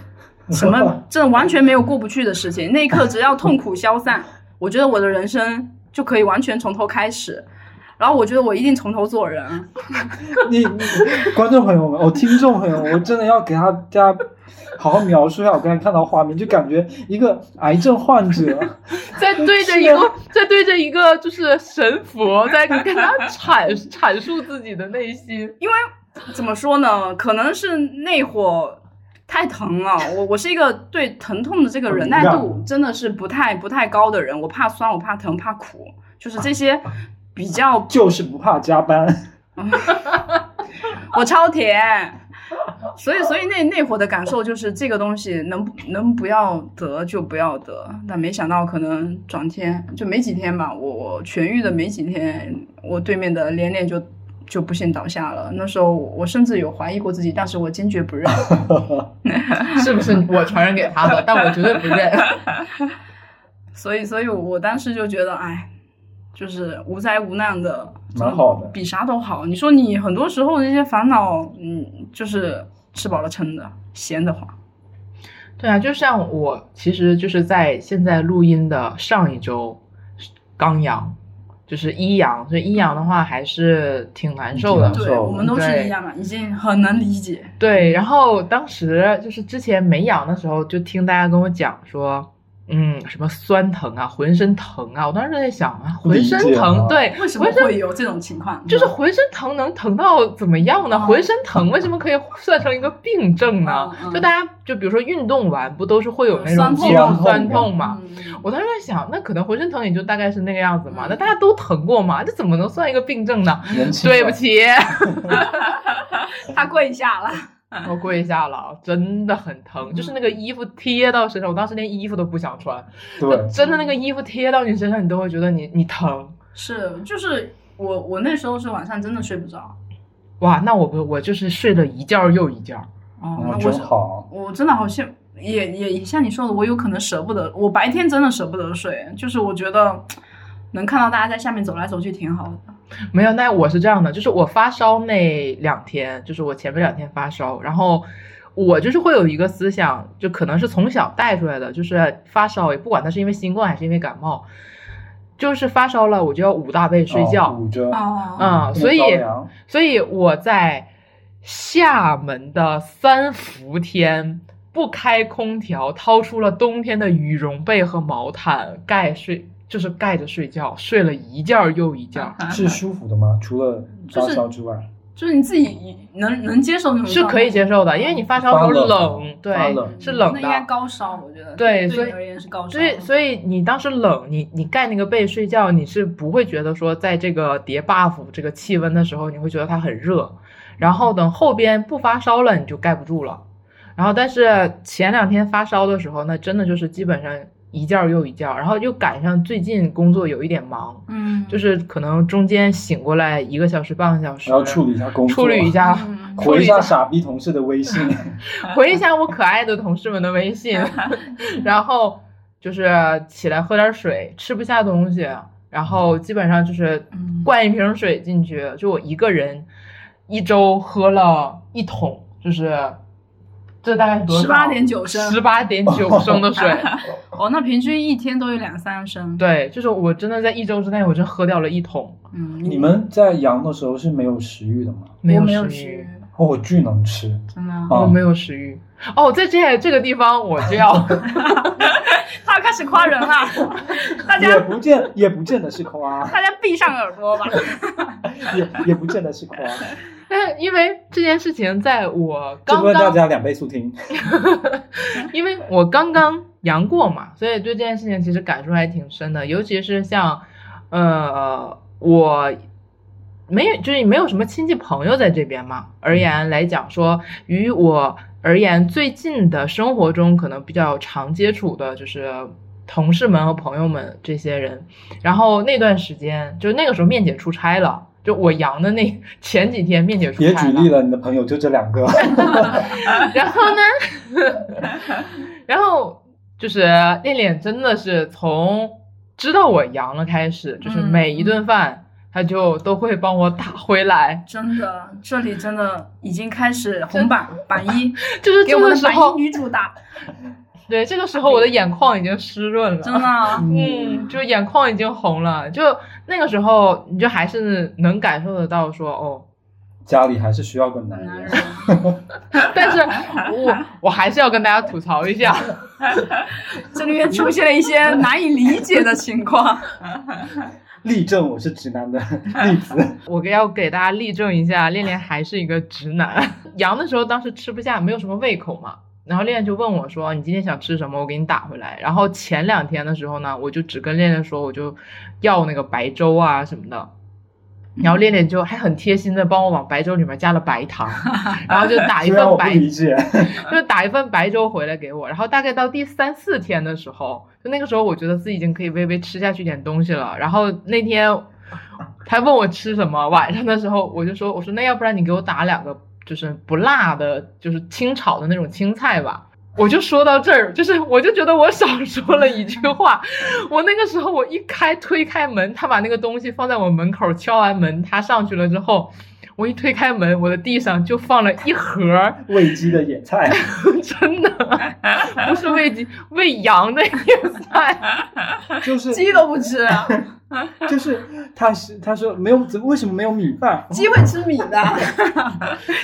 B: 什 么这完全没有过不去的事情。那一刻，只要痛苦消散，我觉得我的人生就可以完全从头开始。然后我觉得我一定从头做人，
C: 你 你观众朋友们，哦，听众朋友们，我真的要给他大家好好描述一下我刚才看到的画面，就感觉一个癌症患者
A: 在对着一个，在对着一个就是神佛，在跟他阐阐述自己的内心。
B: 因为怎么说呢，可能是那会儿太疼了，我我是一个对疼痛的这个忍耐
C: 很敏
B: 度
C: 感
B: 真的是不太不太高的人，我怕酸，我怕疼，怕苦，就是这些比较
C: 就是不怕加班，
B: 我超甜。所以，所以那那会儿的感受就是这个东西能能不要得就不要得，但没想到可能转天就没几天吧，我我痊愈的没几天，我对面的连连就就不幸倒下了。那时候我我甚至有怀疑过自己，但是我坚决不 认。
A: 是不是我传染给他的？但我绝对不认。
B: 所以，所以我当时就觉得，哎，就是无灾无难的，
C: 蛮好的
B: 比啥都好。你说你很多时候那些烦恼，嗯，就是吃饱了撑的，闲得慌。
A: 对啊，就像我其实就是在现在录音的上一周刚阳，就是一阳，所以一阳的话还是挺难受的
C: 嗯挺。难
B: 对，
C: 受
B: 我们都是
A: 对
B: 一样嘛，已经很能理解。
A: 对，然后当时就是之前没阳的时候，就听大家跟我讲说，嗯，什么酸疼啊，浑身疼啊，我当时就在想啊，浑身
C: 理解啊
A: 疼，对，
B: 为什么
A: 浑身
B: 会有这种情况？
A: 就是浑身疼能疼到怎么样呢？
B: 嗯
A: 浑身疼为什么可以算成一个病症呢
B: 嗯嗯？
A: 就大家就比如说运动完不都是会有那
B: 酸
A: 种
B: 痛
A: 肌肉
C: 嘛
A: 酸痛
B: 嘛
A: 嘛？，我当时在想，那可能浑身疼也就大概是那个样子嘛
B: 嗯，
A: 那大家都疼过嘛，这怎么能算一个病症呢？
C: 年轻
A: 对不，起，
B: 他跪下了。
A: 我跪下了，真的很疼，就是那个衣服贴到身上，我当时连衣服都不想穿，
C: 对，
A: 真的那个衣服贴到你身上，你都会觉得你你疼。
B: 是，就是我我那时候是晚上真的睡不着，
A: 哇，那我不我就是睡了一觉又一觉，
B: 哦，
C: 嗯，
B: 那我
C: 真
B: 是
A: 啊
C: 好，
B: 我真的好羡慕，也也也像你说的，我有可能舍不得，我白天真的舍不得睡，就是我觉得能看到大家在下面走来走去挺好的。
A: 没有，那我是这样的，就是我发烧那两天，就是我前面两天发烧，然后我就是会有一个思想，就可能是从小带出来的，就是发烧也不管它是因为新冠还是因为感冒，就是发烧了我就要捂大被睡
C: 哦
A: 觉，
C: 捂着，
B: 哦，
A: 嗯，
C: 不能
A: 所以
C: 着凉
A: 所以我在厦门的三伏天不开空调，掏出了冬天的羽绒被和毛毯盖睡，就是盖着睡觉，睡了一觉又一觉。
C: 是舒服的吗？除了发烧之外，
B: 就是你自己能能接受那种
A: 是可以接受的，因为你发烧的时候冷，对
C: 发，冷
A: 是冷
B: 那应该
A: 的。
B: 高烧，我觉得
A: 对所
B: 对
A: 以
B: 你而言是高烧。
A: 所以，所以你当时冷，你你盖那个被睡觉，你是不会觉得说，在这个叠 buff 这个气温的时候，你会觉得它很热。然后等后边不发烧了，你就盖不住了。然后，但是前两天发烧的时候，那真的就是基本上一觉又一觉，然后又赶上最近工作有一点忙，
B: 嗯，
A: 就是可能中间醒过来一个小时、半个小时，
C: 然后处理一下工作，
A: 处理一下，
B: 嗯
A: 处
C: 回
A: 理
C: 一
A: 一下
C: 下傻逼同事的微信，
A: 回一下我可爱的同事们的微 信，然后就是起来喝点水，吃不下东西，然后基本上就是
B: 嗯
A: 灌一瓶水进去，就我一个人一周喝了一桶，就是这大概是多少？
B: 18.9升
A: 十八点 九升的水。
B: 哦，那平均一天都有两三升。，
A: 对，就是我真的在一周之内，我真喝掉了一桶，
B: 嗯，
C: 你们在阳的时候是没有食欲的吗？
A: 没
B: 我
A: 有
B: 没有
A: 食
B: 去
A: 欲，，
C: 哦，我巨能吃，
B: 真的。
C: 啊
A: 我没有食欲。哦，在这这个地方我就要
B: 他开始夸人了，大家
C: 也不见也不见得是夸，
B: 大家闭上耳朵吧。
C: 也也不见得是夸，
A: 但因为这件事情，在我
C: 这
A: 刚
C: 部分大
A: 刚，
C: 家两倍 速听，
A: 因为我刚刚阳过嘛，所以对这件事情其实感触还挺深的。尤其是像，呃，我没有，就是没有什么亲戚朋友在这边嘛，而言来讲说，与我而言，最近的生活中可能比较常接触的就是同事们和朋友们这些人。然后那段时间，就是那个时候面姐出差了，就我阳的那 前几天，面姐出差
C: 别举例了，你的朋友就这两个，
A: 然后呢，然后就是恋恋真的是从知道我阳了开始，就是
B: 嗯
A: 每一顿饭他就都会帮我打回来，
B: 真的，这里真的已经开时红版版一，
A: 就是
B: 给
A: 这
B: 我
A: 个
B: 们
A: 时
B: 的版
A: 候
B: 一，女主打，
A: 对，这个时候我的眼眶已经湿润
B: 真的
A: 了。
B: 啊。
A: 嗯，就眼眶已经红了，就那个时候，你就还是能感受得到说，哦，
C: 家里还是需要个男
B: 男
C: 人
B: 人。
A: 但是我 我还是要跟大家吐槽一下，
B: 这里面出现了一些难以理解的情况。
C: 例证我是直 男的例子，
A: 我要给大家例证一下，恋恋还是一个直男。 阳的时候，当时吃不下，没有什么胃口嘛。然后恋恋就问我说：“你今天想吃什么？我给你打回来。”然后前两天的时候呢，我就只跟恋恋说，我就要那个白粥啊什么的。然后恋恋就还很贴心的帮我往白粥里面加了白糖，然后就打一
C: 虽然
A: 份
C: 我不
A: 白
C: 理解，
A: 就是打一份白粥回来给我，然后大概到第三四天的时候，就那个时候我觉得自己已经可以微微吃下去点东西了。然后那天他问我吃什么，晚上的时候我就说，我说那要不然你给我打两个就是不辣的，就是清炒的那种青菜吧。我就说到这儿，就是我就觉得我少说了一句话。我那个时候我一开推开门，他把那个东西放在我门口，敲完门他上去了之后，我一推开门，我的地上就放了一盒儿
C: 喂鸡的野菜，
A: 真的 不是喂鸡，喂羊的哎野 菜。
C: 就是
B: 鸡都不吃，
C: 就是他是他说没有，怎么为什么没有米饭？
B: 鸡会吃米的，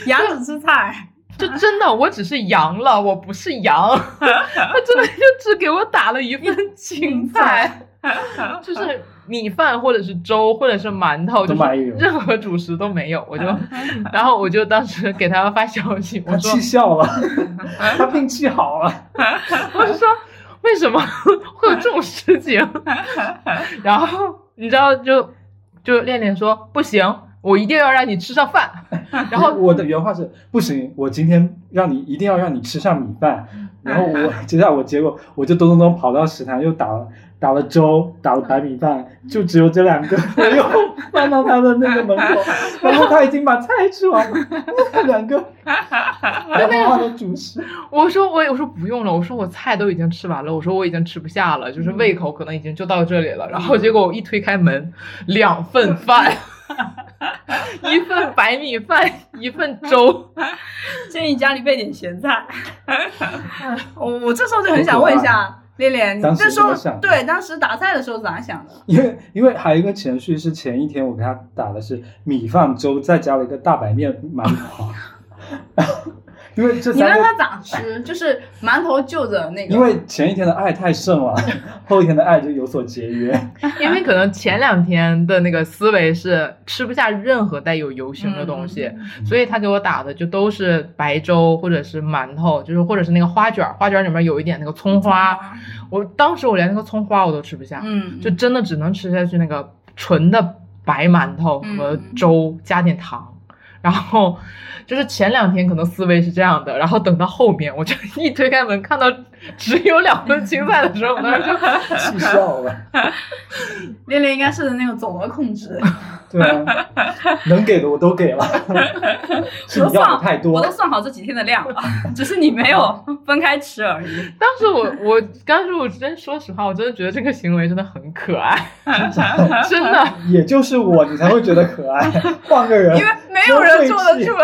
B: 羊只吃菜。
A: 就真的，我只是羊了，我不是羊。 他真的就只给我打了一份青菜，就是米饭或者是粥或者是馒头，就
C: 都没
A: 是
C: 有
A: 任何主食都没有。我就， 然后我就当时给他发消息，
C: 他
A: 我说
C: 气笑 了，他病气好了，
A: 我就说为什么 会有这种 事情？然后你知道就就恋恋说不行，我一定要让你吃上饭。然后
C: 我的原话是不行，我今天让你一定要让你吃上米饭。
B: 嗯
C: 然后我接下来我结果我就咚咚咚跑到食堂又打了打了粥，打了白米饭，
B: 嗯
C: 就只有这两 个，我又放到他的那个门口，然后他已经把菜吃完了，那 两个白花花的主食。
A: 我说我我说不用了，我说我菜都已经吃完了，我说我已经吃不下了，就是胃口可能已经就到这里了。然后结果我一推开门，两份 饭。一份白米饭，一份粥。
D: 建议家里备点咸 菜。
B: 我我这时候就很想问一下恋恋，你
C: 当时
B: 这时候
C: 怎么想的
B: 对当时打菜的时候咋想的？
C: 因为因为还有一个程序是前一天我给他打的是米饭粥，再加了一个大白面馒 头， 因为这
B: 你
C: 三
B: 让
C: 个。
B: 他咋吃？就是馒头就着那个，
C: 因为前一天的爱太盛了，后一天的爱就有所节约。
A: 因为可能前两天的那个思维是吃不下任何带有油型的东西，所以他给我打的就都是白粥或者是馒头，就是或者是那个花卷儿，花卷儿里面有一点那个葱花。我当时我连那个葱花我都吃不下，
B: 嗯，
A: 就真的只能吃下去那个纯的白馒头和粥加点糖。然后就是前两天可能思维是这样的，然后等到后面我就一推开门看到只有两份青菜的时候，我当时就
C: 气笑了。
B: 恋恋应该是那个总额控 制，
C: 对啊，能给的我都给了，是你要的太多哦
D: 我都。算好这几天的量了，只是你没有 分开吃而已。
A: 当时我我当时我真说实话，我真的觉得这个行为真的很可 爱，真的。
C: 也就是我，你才会觉得可爱。换个人
D: 因，为没有人做得出来。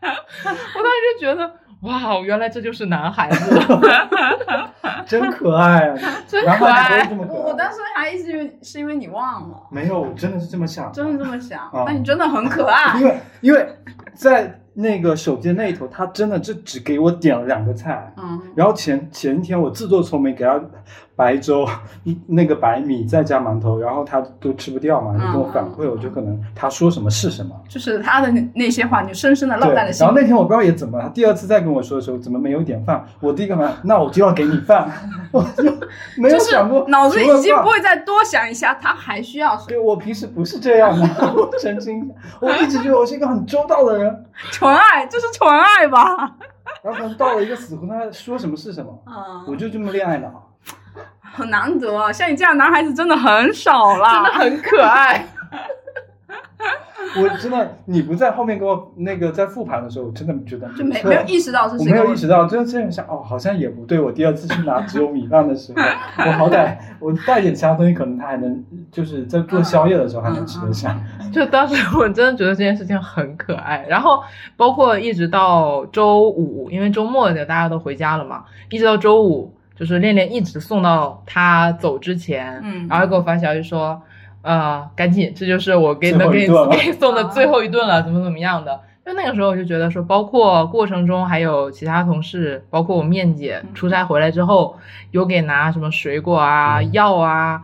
A: 我当时觉得哇，原来这就是男孩 子，
C: 真可爱啊！
A: 真
C: 然
A: 可
C: 后你
A: 爱。
C: 不会这么
B: 我我
C: 可爱
B: 当。时还一直以为是因为你忘了，
C: 没有，我真的是这么想。
B: 真的这么想
C: 啊，
B: 那你真的很可爱
C: 因。为因为在那个手机那一头，他真的就只给我点了两个菜。
B: 嗯，
C: 然后前前一天我自作聪明给他白粥， 那个白米再加馒头，然后他都吃不掉嘛，
B: 嗯
C: 就跟我反馈，我就可能他说什么是什么。
B: 就是他的那那些话，你就深深的
C: 对，
B: 烙在了心
C: 然后
B: 里。
C: 那天我不知道也怎么了，他第二次再跟我说的时候，怎么没有一点饭？我第一个反应，那我就要给你饭， 我就没有
B: 就是
C: 想过，
B: 脑子
C: 除了
B: 已经
C: 饭
B: 不会再多想一下，他还需要 什么？
C: 对我平时不是这样的，我澄清一下，我一直觉得我是一个很周到的人，
D: 纯爱，这是纯爱吧？
C: 然后可能到了一个死胡同，他说什么是什么，我
B: 嗯，
C: 就这么恋爱脑。
B: 很难得啊，像你
D: 这样男孩子真的很少啦，
A: 真的很可爱，
C: 我真的，你不在后面给我那个在复盘的时候，我真的觉得
B: 就没
C: 错
B: 没有意识到这
C: 我
B: 是一
C: 没
B: 个
C: 有意
B: 问题。
C: 识到，真的这样想，哦，好像也不对。我第二次去拿只有米饭的时候，我好歹我带点其他东西，可能他还能就是在做宵夜的时候还能吃得下。
A: 就当时我真的觉得这件事情很可爱。 然后包括一直到周五，因为周末的大家都回家了嘛，一直到周五，就是恋恋一直送到他走之前，
D: 嗯
A: 然后给我发消息说，呃，赶紧，这就是我给
C: 最后
A: 能给你
C: 一顿了
A: 给你送的 最后一顿了，怎么怎么样的。就那个时候我就觉得说，包括过程中还有其他同事，包括我面姐
B: 嗯
A: 出差回来之后，有给拿什么水果啊、
C: 嗯
A: 药啊，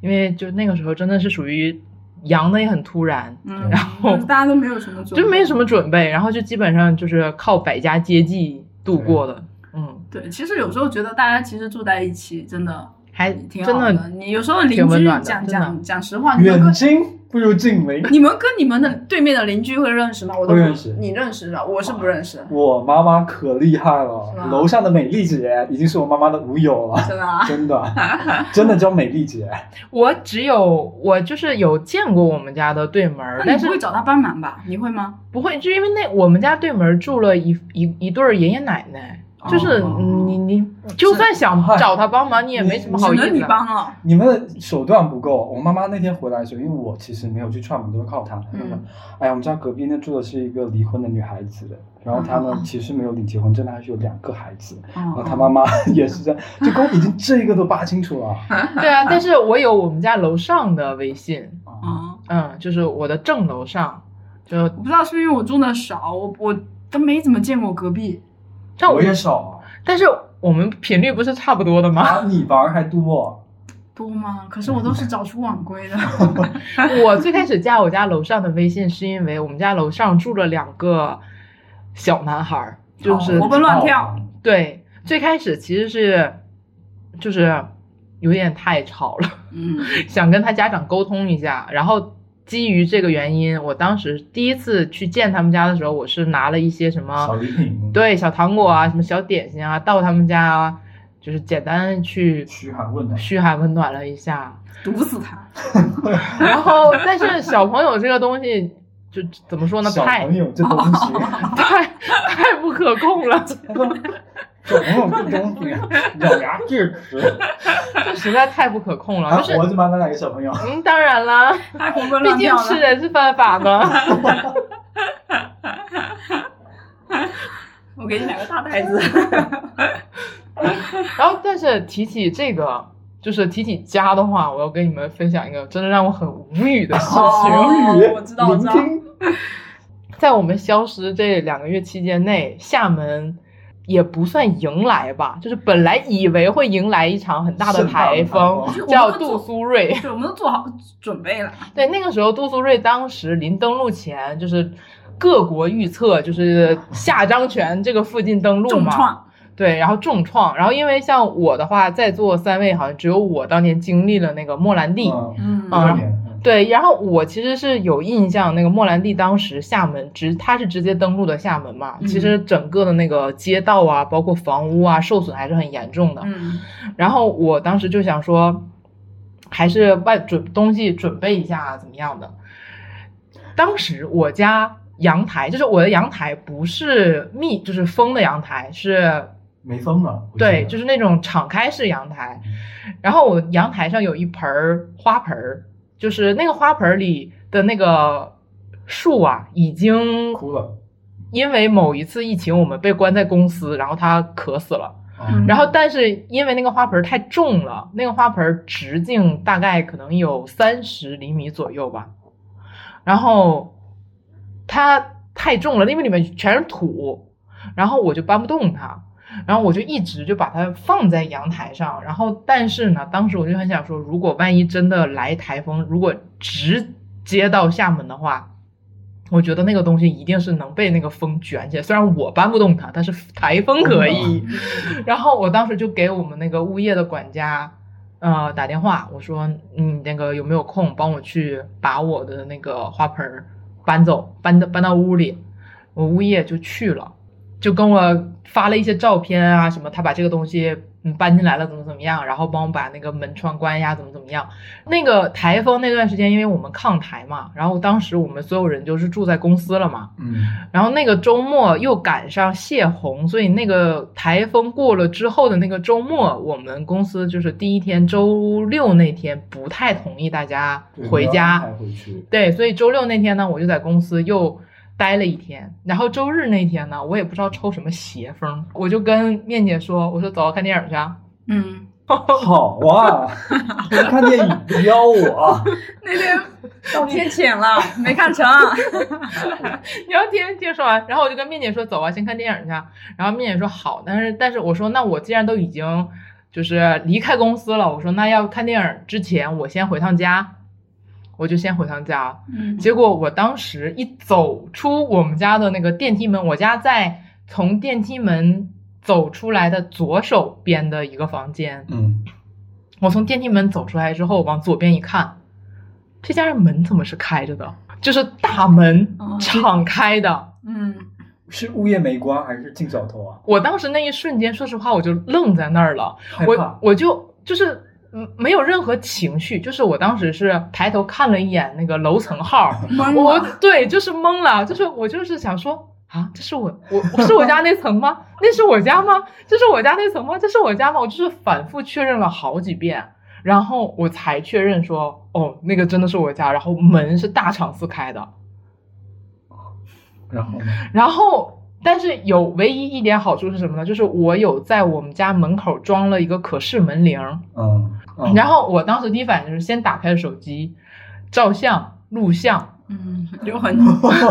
A: 因为就那个时候真的是属于阳的也很突然，
D: 嗯
A: 然后
B: 就是大家都没有什么准备，
A: 就没什么准备，然后就基本上就是靠百家接济度过的，嗯，
B: 对，其实有时候觉得大家其实住在一起真的
A: 还
B: 挺
A: 哎真
B: 好的。
A: 的
B: 你有时候邻
A: 挺温
B: 居
A: 暖的
B: 讲
A: 真的
B: 讲讲实话，你们
C: 远
B: 跟
C: 近不如近邻。
B: 你们跟你们的对面的邻居会认识吗？我都
C: 会
B: 不
C: 认识哦
B: 你认识的，我是不认识的，
C: 我妈妈可厉害
B: 是
C: 了
B: 吧，
C: 楼上的美丽姐已经是我妈妈的舞友了，
B: 真的啊。
C: 真的，真的叫美丽姐。
A: 我只有我就是有见过我们家的对门儿，
B: 那
A: 但
B: 你
A: 是
B: 不会找他帮忙吧？你会吗？
A: 不会，就因为那我们家对门住了一一一对儿爷爷奶奶，就是
C: 哦
A: 嗯你你就算想找他帮忙，你也没什么好
B: 只
A: 意
B: 能
A: 思啊
B: 你
A: 的。
B: 帮啊了。
C: 你们的手段不够。我妈妈那天回来的时候，因为我其实没有去串门，都是靠她。她说
B: 嗯：“
C: 哎呀，我们家隔壁那住的是一个离婚的女孩子，然后她呢
A: 嗯
C: 其实没有领结婚证，她是有两个孩子，然
B: 嗯
C: 后她哦 妈妈也是这样，就公已经这一个都扒清楚了。
A: 对啊，但是我有我们家楼上的微信，
C: 啊
B: 嗯，
A: 嗯，就是我的正楼上，就
B: 我不知道是不是因为我住的少，我我都没怎么见过隔壁。
A: 但我
C: 我也少
A: 但是我们频率不是差不多的吗？
C: 啊，你玩儿还多，
B: 多吗？可是我都是早出晚 归的。
A: 我最开始加我家楼上的微信，是因为我们家楼上住了两个小男孩儿，就是
B: 哦活蹦乱跳。
A: 对，最开始其实是就是有点太吵了，
B: 嗯
A: 想跟他家长沟通一下，然后。基于这个原因，我当时第一次去见他们家的时候，我是拿了一些什么
C: 小嗯礼品，，
A: 啊对小糖果啊、什么小点心啊到他们家啊，就是简单去
C: 嘘寒问暖，
A: 嘘寒问暖了一下。
B: 毒死他！
A: 然后，但是小朋友这个东西就怎么说呢？
C: 小
A: 太
C: 朋友这 东西，
A: 太太不可控 了，
C: 小朋友这东西，咬牙切齿，啊
A: 这实在太不可控了。
C: 还
A: 就是
C: 活着吗？那两个小朋友，
A: 嗯，当然啦，
D: 还活蹦
A: 毕
D: 乱
A: 竟
D: 跳
A: 吃
D: 呢。
A: 人是犯法的。
D: 我给你两个大袋子。
A: 然后，但是提起这个，就是提起家的话，我要跟你们分享一个真的让我很无语的事 情。
D: 哦
C: 语，
D: 我知道我知道
C: 聆听
A: 在我们消失这两个月期间内，厦门也不算迎来吧，就是本来以为会迎来一场很大的
C: 盛大的
A: 台风
C: 台
D: 风，
A: 叫杜苏 芮。
D: 对，我们都做好准备了。
A: 对，那个时候杜苏芮当时临登陆前，就是各国预测就是下张泉这个附近登陆
D: 重
A: 嘛，
D: 创，
A: 对，然后重创。然后因为像我的话，在座三位好像只有我当年经历了那个莫兰蒂。
C: 嗯，
D: 嗯
A: 啊
C: 六年，嗯
A: 对，然后我其实是有印象，那个莫兰蒂当时厦门直，他是直接登陆的厦门嘛，
D: 嗯
A: 其实整个的那个街道啊，包括房屋啊，受损还是很严重的。
D: 嗯，
A: 然后我当时就想说，还是外准东西准备一下啊怎么样的。当时我家阳台，就是我的阳台不是密，就是封的阳台，是
C: 没风了，我记得
A: 对，就是那种敞开式阳台。然后我阳台上有一盆儿花盆儿，就是那个花盆儿里的那个树啊，已经
C: 哭了，
A: 因为某一次疫情，我们被关在公司，然后它渴死了。
C: 嗯
A: 然后，但是因为那个花盆儿太重了，那个花盆儿直径大概可能有三十厘米左右吧，然后它太重了，因为里面全是土，然后我就搬不动它，然后我就一直就把它放在阳台上，然后但是呢，当时我就很想说，如果万一真的来台风，如果直接到厦门的话。我觉得那个东西一定是能被那个风卷起来，虽然我搬不动它，但是台风可以。然后我当时就给我们那个物业的管家，呃，打电话，我说，嗯，那个有没有空帮我去把我的那个花盆儿搬走，搬到搬到屋里。我物业就去了，就跟我发了一些照片啊，什么他把这个东西嗯搬进来了，怎么怎么样，然后帮我把那个门窗关呀，怎么怎么样。那个台风那段时间，因为我们抗台嘛，然后当时我们所有人就是住在公司了嘛，
C: 嗯，
A: 然后那个周末又赶上泄洪，所以那个台风过了之后的那个周末，我们公司就是第一天周六那天不太同意大家
C: 对
A: 回
C: 没有
A: 家
C: 安，排回去，
A: 对，所以周六那天呢，我就在公司又待了一天。然后周日那天呢，我也不知道抽什么邪风，我就跟面姐说，我说走看电影去啊。
D: 嗯，
C: 好啊， 你们看电影不邀我，啊
D: 那天到天谴了，
B: 嗯
D: 没看 成。
A: 你要天天说完，然后我就跟面姐说走啊，先看电影去啊。然后面姐说好，但是但是我说那我既然都已经就是离开公司了，我说那要看电影之前我先回趟家，我就先回趟家。
D: 嗯
A: 结果我当时一走出我们家的那个电梯门，我家在从电梯门走出来的左手边的一个房间。
C: 嗯，
A: 我从电梯门走出来之后，往左边一看，这家人门怎么是开着的？就是大门
D: 哦
A: 敞开的。
D: 嗯，
C: 是物业没关还是进小偷啊？
A: 我当时那一瞬间，说实话，我就愣在那儿了，
C: 害
A: 我
C: 怕，
A: 我就就是。嗯没有任何情绪，就是我当时是抬头看了一眼那个楼层号，
D: 懵
A: 我
D: 了。
A: 对，就是懵了，就是我就是想说啊，这是我我我是我家那层吗？那是我家吗？这是我家那层吗？这是我家吗？我就是反复确认了好几遍，然后我才确认说哦，那个真的是我家，然后门是大敞四开的，
C: 然后呢？
A: 然后，但是有唯一一点好处是什么呢？就是我有在我们家门口装了一个可视门铃儿，
C: 嗯，嗯
A: 然后我当时第一反应就是先打开了手机，照相、录像，
D: 嗯，留 痕，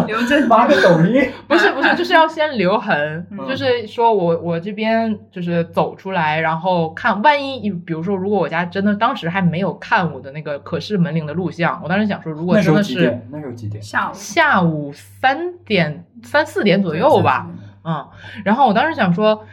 D: 留证。
C: 发个抖音，
A: 不是不是，就是要先留痕，
D: 嗯
A: 就是说我我这边就是走出来，然后看，万一比如说如果我家真的当时还没有看我的那个可视门铃的录像，我当时想说，如果
C: 那时
A: 真
C: 候
A: 的
C: 几
A: 是
C: 点？那时候几点？
D: 下午
A: 下午三点三四点左右吧，
C: 对
A: 嗯，然后我当时想说，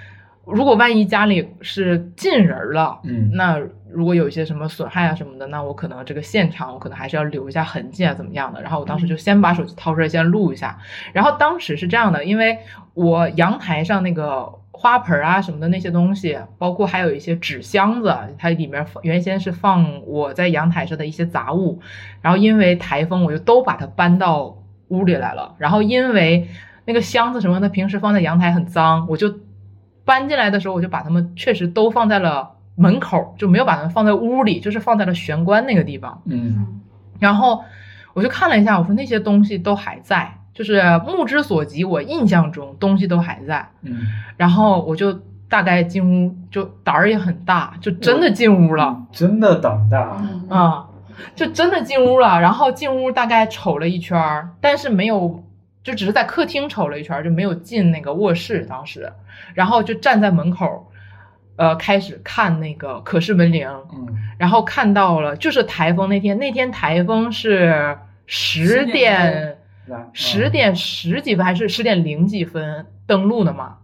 A: 如果万一家里是进人了，
C: 嗯，
A: 那如果有一些什么损害啊什么的，那我可能这个现场我可能还是要留一下痕迹啊，怎么样的。然后我当时就先把手机掏出来先录一下。然后当时是这样的，因为我阳台上那个花盆啊什么的那些东西，包括还有一些纸箱子，啊它里面放原先是放我在阳台上的一些杂物，然后因为台风，我就都把它搬到屋里来了。然后因为那个箱子什么的，平时放在阳台很脏，我就搬进来的时候，我就把它们确实都放在了门口，就没有把它们放在屋里，就是放在了玄关那个地方。
C: 嗯
A: 然后我就看了一下，我说那些东西都还在，就是目之所及，我印象中东西都还在。
C: 嗯，
A: 然后我就大概进屋，就胆儿也很大，就真的进屋了。
C: 真的胆大，
B: 嗯
A: 啊、就真的进屋了，然后进屋大概瞅了一圈儿，但是没有，就只是在客厅瞅了一圈儿，就没有进那个卧室。当时，然后就站在门口，呃，开始看那个可视门铃，
C: 嗯
A: 然后看到了，就是台风那天，那天台风是十
D: 10点
A: 点
C: 来
A: 十点十几分还是十点零几分登陆的嘛，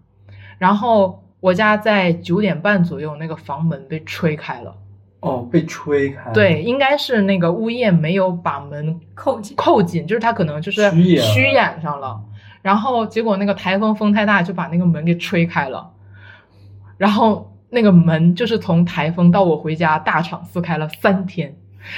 A: 然后我家在九点半左右那个房门被吹开了。
C: 哦被吹开，
A: 对，应该是那个物业没有把门
D: 扣紧，
A: 扣紧，就是他可能就是
C: 虚掩了
A: 虚掩上了，然后结果那个台风风太大，就把那个门给吹开了，然后那个门就是从台风到我回家大敞四开了三天，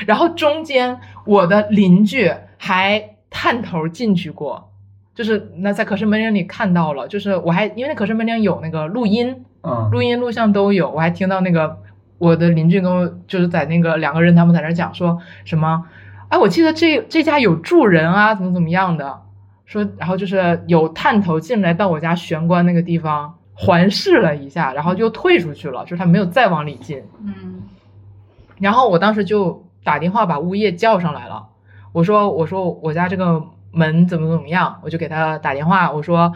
A: 然后中间我的邻居还探头进去过。就是那在可视门铃里看到了，就是我还因为那可视门铃有那个录音，
C: 嗯，
A: 录音录像都有，我还听到那个我的邻居跟我就是在那个两个人他们在那讲说什么，哎，我记得这这家有住人啊，怎么怎么样的，说然后就是有探头进来到我家玄关那个地方环视了一下，然后又退出去了，就是他没有再往里进。
D: 嗯，
A: 然后我当时就打电话把物业叫上来了，我说我说我家这个门怎么怎么样，我就给他打电话，我说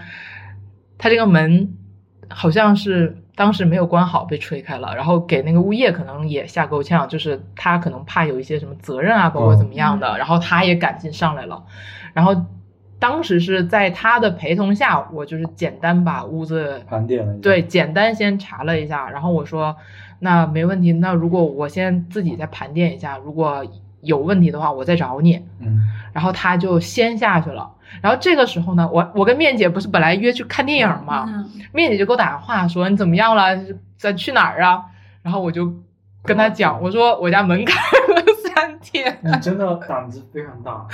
A: 他这个门好像是当时没有关好被吹开了，然后给那个物业可能也吓够呛，就是他可能怕有一些什么责任啊，包括怎么样的，然后他也赶紧上来了，然后当时是在他的陪同下，我就是简单把屋子
C: 盘点
B: 嗯
C: 了一下，
A: 对，简单先查了一下，然后我说，那没问题。那如果我先自己再盘点一下，如果有问题的话，我再找你。
C: 嗯
A: 然后他就先下去了。然后这个时候呢，我我跟面姐不是本来约去看电影吗？
D: 嗯
A: 面姐就给我打电话说你怎么样了？咱去哪儿啊？然后我就跟她讲，我说我家门开了三天。
C: 你真的胆子非常大，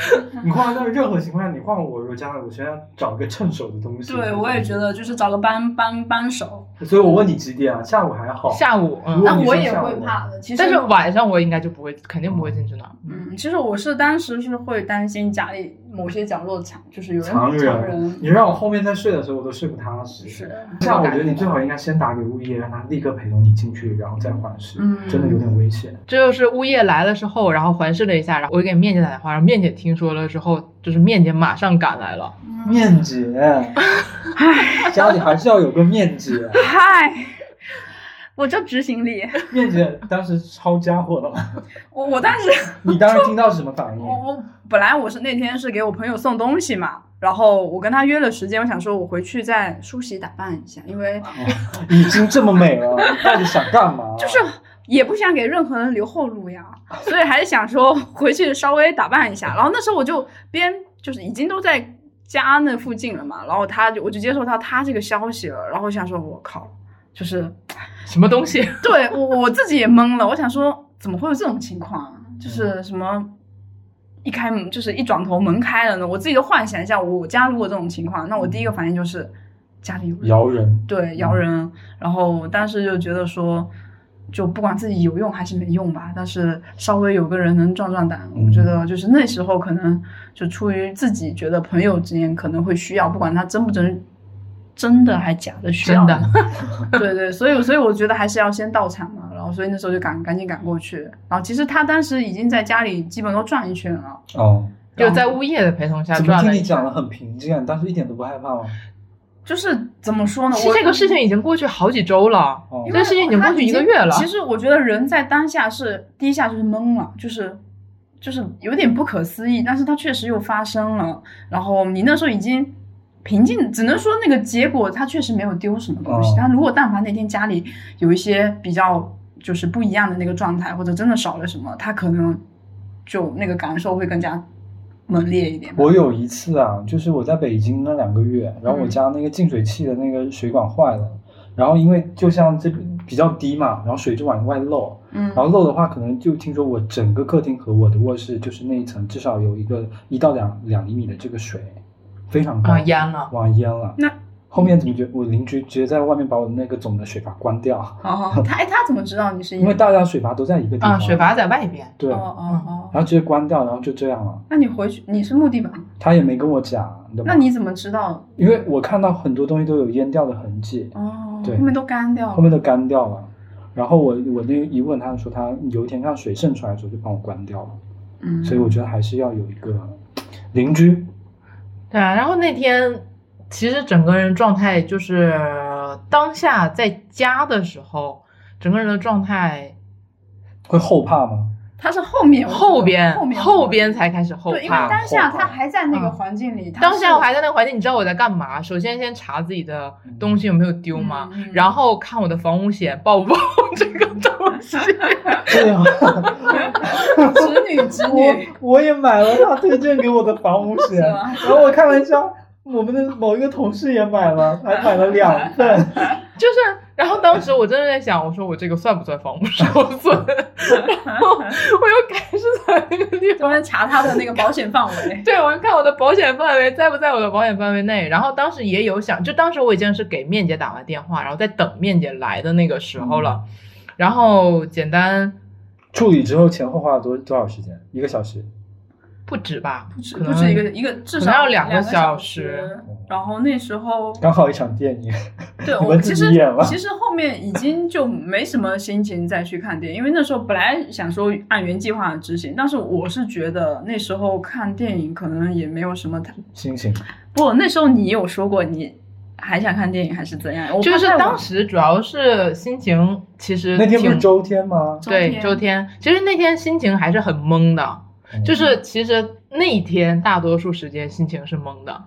C: 你换到任何情况下，你换我，我家我先找一个趁手的东西。
D: 对，我也觉。得就是找个帮帮帮手，
C: 所以我问你几点啊？下午还好。
A: 下午，嗯
C: 如果
B: 哦那
C: 你
B: 我
C: 是
B: 也
C: 下
B: 会
C: 午
B: 怕的，其实
A: 但是晚上我应该就不会，肯定不会进去那儿。
B: 嗯，其实我是当时是会担心家里某些角落藏，就是有人
C: 藏人
B: 人，
C: 你让我后面再睡的时候，我都睡不踏实。
B: 是，
C: 像我觉得你最好应该先打给物业，让他立刻陪同你进去，然后再换室。
B: 嗯
C: 真的有点危险。
A: 这就是物业来了之后，然后环视了一下，然后我给面姐打电话，然后面姐听说了之后，就是面姐马上赶来了。
C: 面姐，家里还是要有个面姐。
D: 嗨， 我就执行力，
C: 面姐当时抄家伙了吗？
B: 我我当时
C: 你当时听到是什么反应
B: 我？我本来我是那天是给我朋友送东西嘛，然后我跟他约了时间，我想说我回去再梳洗打扮一下，因为
C: 已经这么美了，你到底想干嘛？
B: 就是也不想给任何人留后路呀，所以还是想说回去稍微打扮一下。然后那时候我就边就是已经都在家那附近了嘛，然后他就我就接受到他这个消息了，然后我想说我靠，就是
A: 什么东 西？
B: 对我我自己也懵了，我想说怎么会有这种情况啊？就是什么一开门就是一转头门开了呢？我自己都幻想一下，我家如果这种情况，那我第一个反应就是家里有人，
C: 摇人。
B: 对摇人。然后当时就觉得说，就不管自己有用还是没用吧，但是稍微有个人能壮壮胆，
A: 嗯
B: 我觉得就是那时候可能就出于自己觉得朋友之间可能会需要，不管他真不真。真的还假的需要
A: 真的，
B: 对对，所以所以我觉得还是要先到场嘛，然后所以那时候就赶赶紧赶过去，然后其实他当时已经在家里基本都转一圈了，
C: 哦，
A: 就在物业的陪同下
C: 怎么
A: 转
C: 听
A: 了
C: 你
A: 一
C: 讲
A: 下。
C: 的很平静啊？你当时一点都不害怕吗？
B: 就是怎么说呢，
A: 其
B: 我
A: 实这个事情已经过去好几周了，
C: 哦
A: 这个事情已经过去一个月了。
B: 其实我觉得人在当下是第一下就是懵了，就是就是有点不可思议，但是它确实又发生了。然后你那时候已经平静，只能说那个结果他确实没有丢什么东西。
C: 哦
B: 他如果但凡那天家里有一些比较就是不一样的那个状态，或者真的少了什么，他可能就那个感受会更加猛烈一点吧。
C: 我有一次啊，就是我在北京那两个月，然
A: 嗯
C: 后我家那个净水器的那个水管坏了，然后因为就像这比较低嘛，然后水就往外漏，
B: 嗯
C: 然后漏的话，可能就听说我整个客厅和我的卧室就是那一层至少有一个一到两两厘米的这个水，非常高，
A: 啊淹了
C: 往淹了。
B: 那
C: 后面怎么觉？我邻居直接在外面把我那个总的水阀关掉，
B: 哦，他哎，他怎么知道你是
C: 因为大家水阀都在一个地方，
A: 啊，水阀在外边，
C: 对，
B: 哦哦哦，
C: 然后直接关掉，然后就这样了。
B: 那你回去你是目的吧？
C: 他也没跟我讲，你懂吗
B: 那你怎么知道？
C: 因为我看到很多东西都有淹掉的痕迹，
B: 哦，
C: 对
B: 后面都干掉
C: 后
B: 了。
C: 面都干掉了。然后我我那一问他说，他有一天看水渗出来的时候就帮我关掉了，
B: 嗯，
C: 所以我觉得还是要有一个邻居，
A: 对啊，然后那天其实整个人状态就是当下在家的时候，整个人的状态
C: 会后怕吗？
B: 他是后面
A: 后边
B: 后面
A: 后边才开始后
B: 对，因为
A: 怕。
B: 当下他
C: 怕
B: 还在那个
A: 嗯
B: 环境里，他
A: 当
B: 是
A: 下我还在那个环境，你知道我在干嘛？首先先查自己的东西有没有丢吗？
B: 嗯嗯嗯
A: 然后看我的房屋险报不报 这个 东西。
C: 对啊，
B: 直女直女，
C: 我我也买了他推荐给我的房屋险，
B: 是吗
C: 然后我开玩笑，我们的某一个同事也买了，还买了两份，
A: 就是，然后当时我真的在想，我说我这个算不算 房屋受损？然后我又开始在那个地方
B: 专门查他的那个保险范围。
A: 对，我要看我的保险范围在不在我的保险范围内。然后当时也有想，就当时我已经是给面姐打完电话，然后在等面姐来的那个时候了。
B: 嗯
A: 然后简单
C: 处理之后前后花了多多少时间？一个小时。
A: 不止吧，
B: 不止
A: 可
B: 不
A: 能
B: 止一个一个，至
A: 可能
B: 少
A: 要两
B: 个
A: 个
B: 小
A: 小时。
B: 然后那时候，
C: 刚好一场电影，
B: 对
C: 你
B: 我
C: 们
B: 其
C: 自
B: 实
C: 己演了
B: 其实后面已经就没什么心情再去看电影，因为那时候本来想说按原计划执行，但是我是觉得那时候看电影可能也没有什么太
C: 心情
B: 不，那时候你有说过你还想看电影还是怎样？我
A: 就
B: 怕
A: 是
B: 太晚
A: 当时主要是心情其实
C: 那天不是
A: 挺
C: 周天吗？
A: 对周天，其实那天心情还是很懵的，就是其实那一天大多数时间心情是懵的。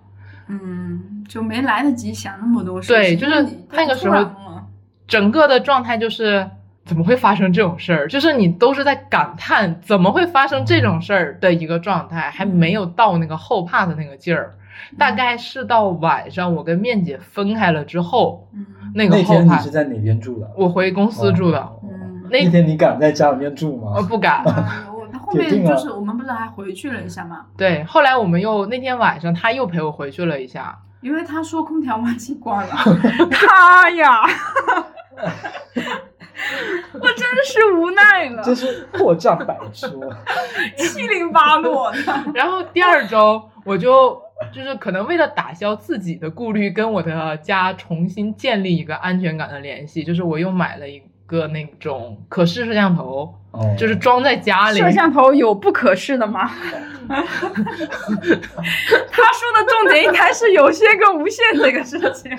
B: 嗯，就没来得及想那么多事情。
A: 对，就是
B: 因为你
A: 那个
B: 太
A: 时
B: 突然
A: 候
B: 了，
A: 整个的状态就是怎么会发生这种事儿？就是你都是在感叹怎么会发生这种事儿的一个状态，还
B: 嗯
A: 没有到那个后怕的那个劲儿。大概是到晚上，我跟面姐分开了之后，
B: 嗯
A: 那个
C: 那
A: 后
C: 天你
A: 怕
C: 是，在哪边住的？
A: 我回公司住的，
C: 哦。
B: 嗯。
A: 那
C: 那天哦你敢在家里面住
A: 我
C: 吗？
A: 不敢。
B: 啊我他后
C: 铁
B: 面
C: 定啊
B: 就是我们不是还回去了一下嘛，
A: 对，后来我们又那天晚上，他又陪我回去了一下，
B: 因为他说空调忘记关了，他呀，
D: 我真是无奈了，
C: 这是破绽百出。
B: 七零八落的。
A: 然后第二周我就就是可能为了打消自己的顾虑，跟我的家重新建立一个安全感的联系，就是我又买了一个那种可视摄像头，
C: 哦
A: 就是装在家里。
D: 摄像头有不可视的吗？他说的重点应该是有些个无限这个事情。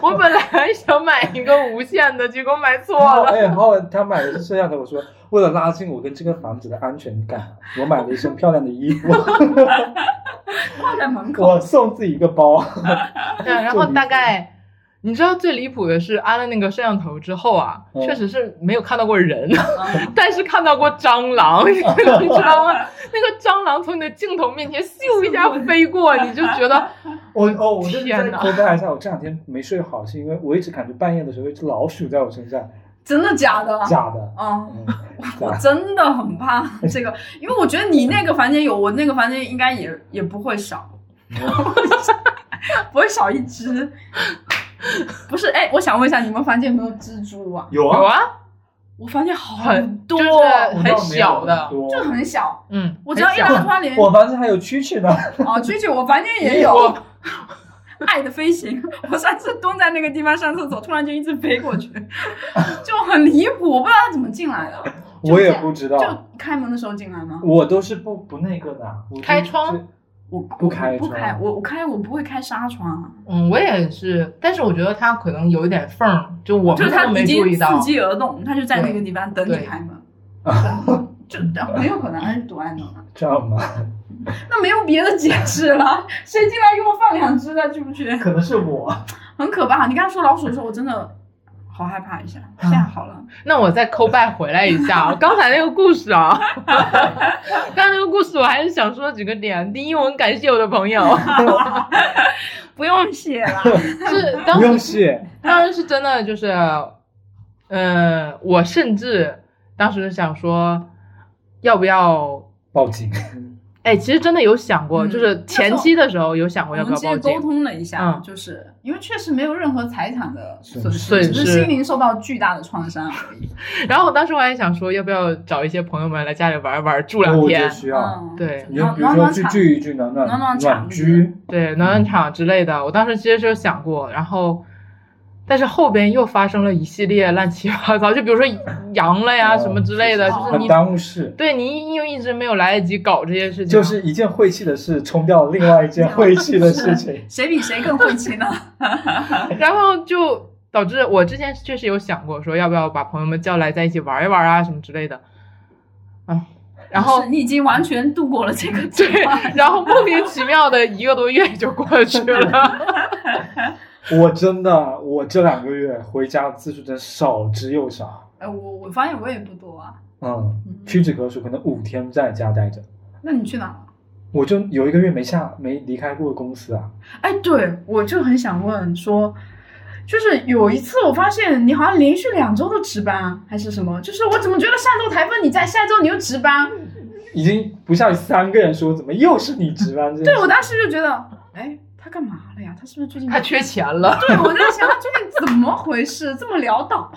A: 我本来想买一个无线的，结果买错
C: 哦
A: 了。
C: 哎，然后他买的是摄像头，我说为了拉近我跟这个房子的安全感，我买了一身漂亮的衣 服，
B: 挂在门口。
C: 我送自己一个包。
A: 对，嗯然后大概。你知道最离谱的是安了那个摄像头之后啊，
D: 哦
C: 嗯
A: 确实是没有看到过人，
B: 嗯
A: 但是看到过蟑螂，你知道吗？ 那个蟑螂从你的镜头面前咻一下飞过，你就觉得
C: 我哦，我就
A: 天
C: 再
A: 哪
C: 偷拍一下，我这两天没睡好，是因为我一直感觉半夜的时候有一只老鼠在我身上，
B: 真的假的？
C: 假的。
B: 嗯，
C: 嗯
B: 我真的很怕这个，因为我觉得你那个房间有，我那个房间应该也也不会 少，不会少一只。不是，哎，我想问一下，你们房间有没有蜘蛛啊？
C: 有
A: 有
C: 啊，
A: 啊，
B: 我房间好
A: 很
B: 多，
A: 就是
C: 我
A: 很
C: 倒没有
A: 小的
C: 很多
B: 就很小。
A: 嗯，
B: 我只要一
A: 很小
B: 拉窗帘，
C: 我房子还有蛐蛐呢。
B: 哦，蛐蛐，我房间也有。 爱的飞行，我上次蹲在那个地方上厕所，突然就一直飞过去， 就很离谱，我不知道它怎么进来
A: 哦
B: 的。就
C: 我也
B: 这样
C: 不知道，
B: 就开门的时候进来吗？
C: 我都是不不那个的，我就
A: 开窗
C: 是
B: 我
C: 不开
B: 我不开，
C: 窗
B: 我我开我不会开纱窗啊，
A: 嗯，我也是，但是我觉得它可能有一点缝儿，就哦我
B: 就是
A: 们
B: 他
A: 都没
B: 已
A: 注
B: 经
A: 意到
B: 伺。机而动，他就在那个地方等你
A: 对
B: 开门，就很有可能还是躲在那儿。
C: 这样吗？
D: 那没有别的解释了，谁进来给我放两只再去不去？
C: 可能是我。
D: 很可怕。你刚才说老鼠的时候，我真的好害怕一下，现在好了。
A: 那我再抠拜回来一下啊，刚才那个故事啊， 刚才那个故事我还是想说几个点。第一，我很感谢我的朋友，
D: 不用谢了，
A: 是当
C: 不用
A: 时
C: 谢，
A: 当时是真的就是，呃，我甚至当时想说，要不要？
C: 报警。
A: 哎，其实真的有想过，
D: 嗯
A: 就是前期的时候有想
D: 我
A: 过要
D: 们
A: 不要
D: 其实
A: 报
D: 沟
A: 警。
D: 通了一下，
A: 嗯
D: 就是因为确实没有任何财产的损
A: 损
D: 失，
A: 失
D: 只是心灵受到巨大的创伤而已。
A: 然后当时我还想说，要不要找一些朋友们来家里玩一玩，住两
C: 我觉
A: 天啊
C: 得，需要。
D: 嗯，
A: 对
C: 你就
D: 暖
C: 比如
D: 暖
C: 说
D: 暖
C: 去
D: 场，
C: 聚一聚，暖暖
D: 暖暖场
C: 暖居，
A: 对，暖暖场之类的。我当时其实就想过，然后，但是后边又发生了一系列乱七八糟，就比如说阳了呀、
C: 哦
A: 啊什么之类的，
D: 是
A: 就是
D: 是，
C: 很
A: 你
C: 耽误事。
A: 对啊你又一直没有来得及搞这些事情，啊
C: 就是一件晦气的事冲掉另外一件晦气的事情
D: 谁比谁更晦气呢？
A: 然后就导致我之前确实有想过说要不要把朋友们叫来在一起玩一玩啊什么之类的，啊， 然后
D: 是你已经完全度过了这个阶
A: 对
D: 段，，
A: 然后莫名其妙的一个多月就过去了，
C: 我真的，我这两个月回家的次数真少之又少，
D: 哎，我我发现我也不多啊。
C: 嗯，
D: 嗯
C: 屈指可数，可能五天在家待着，
D: 那你去哪了？
C: 我就有一个月没下没离开过公司啊，
B: 哎，对，我就很想问说，就是有一次我发现你好像连续两周都值班，啊还是什么？就是我怎么觉得上周台风你在，下周你又值班？啊
A: 嗯
C: 已经不下于三个人说怎么又是你值班这件
B: 对，我
C: 事，
B: 当时就觉得，哎，他干嘛了呀？他是不是最近
A: 他缺钱了。
B: 对， 我在想他究竟怎么回事，这么潦倒，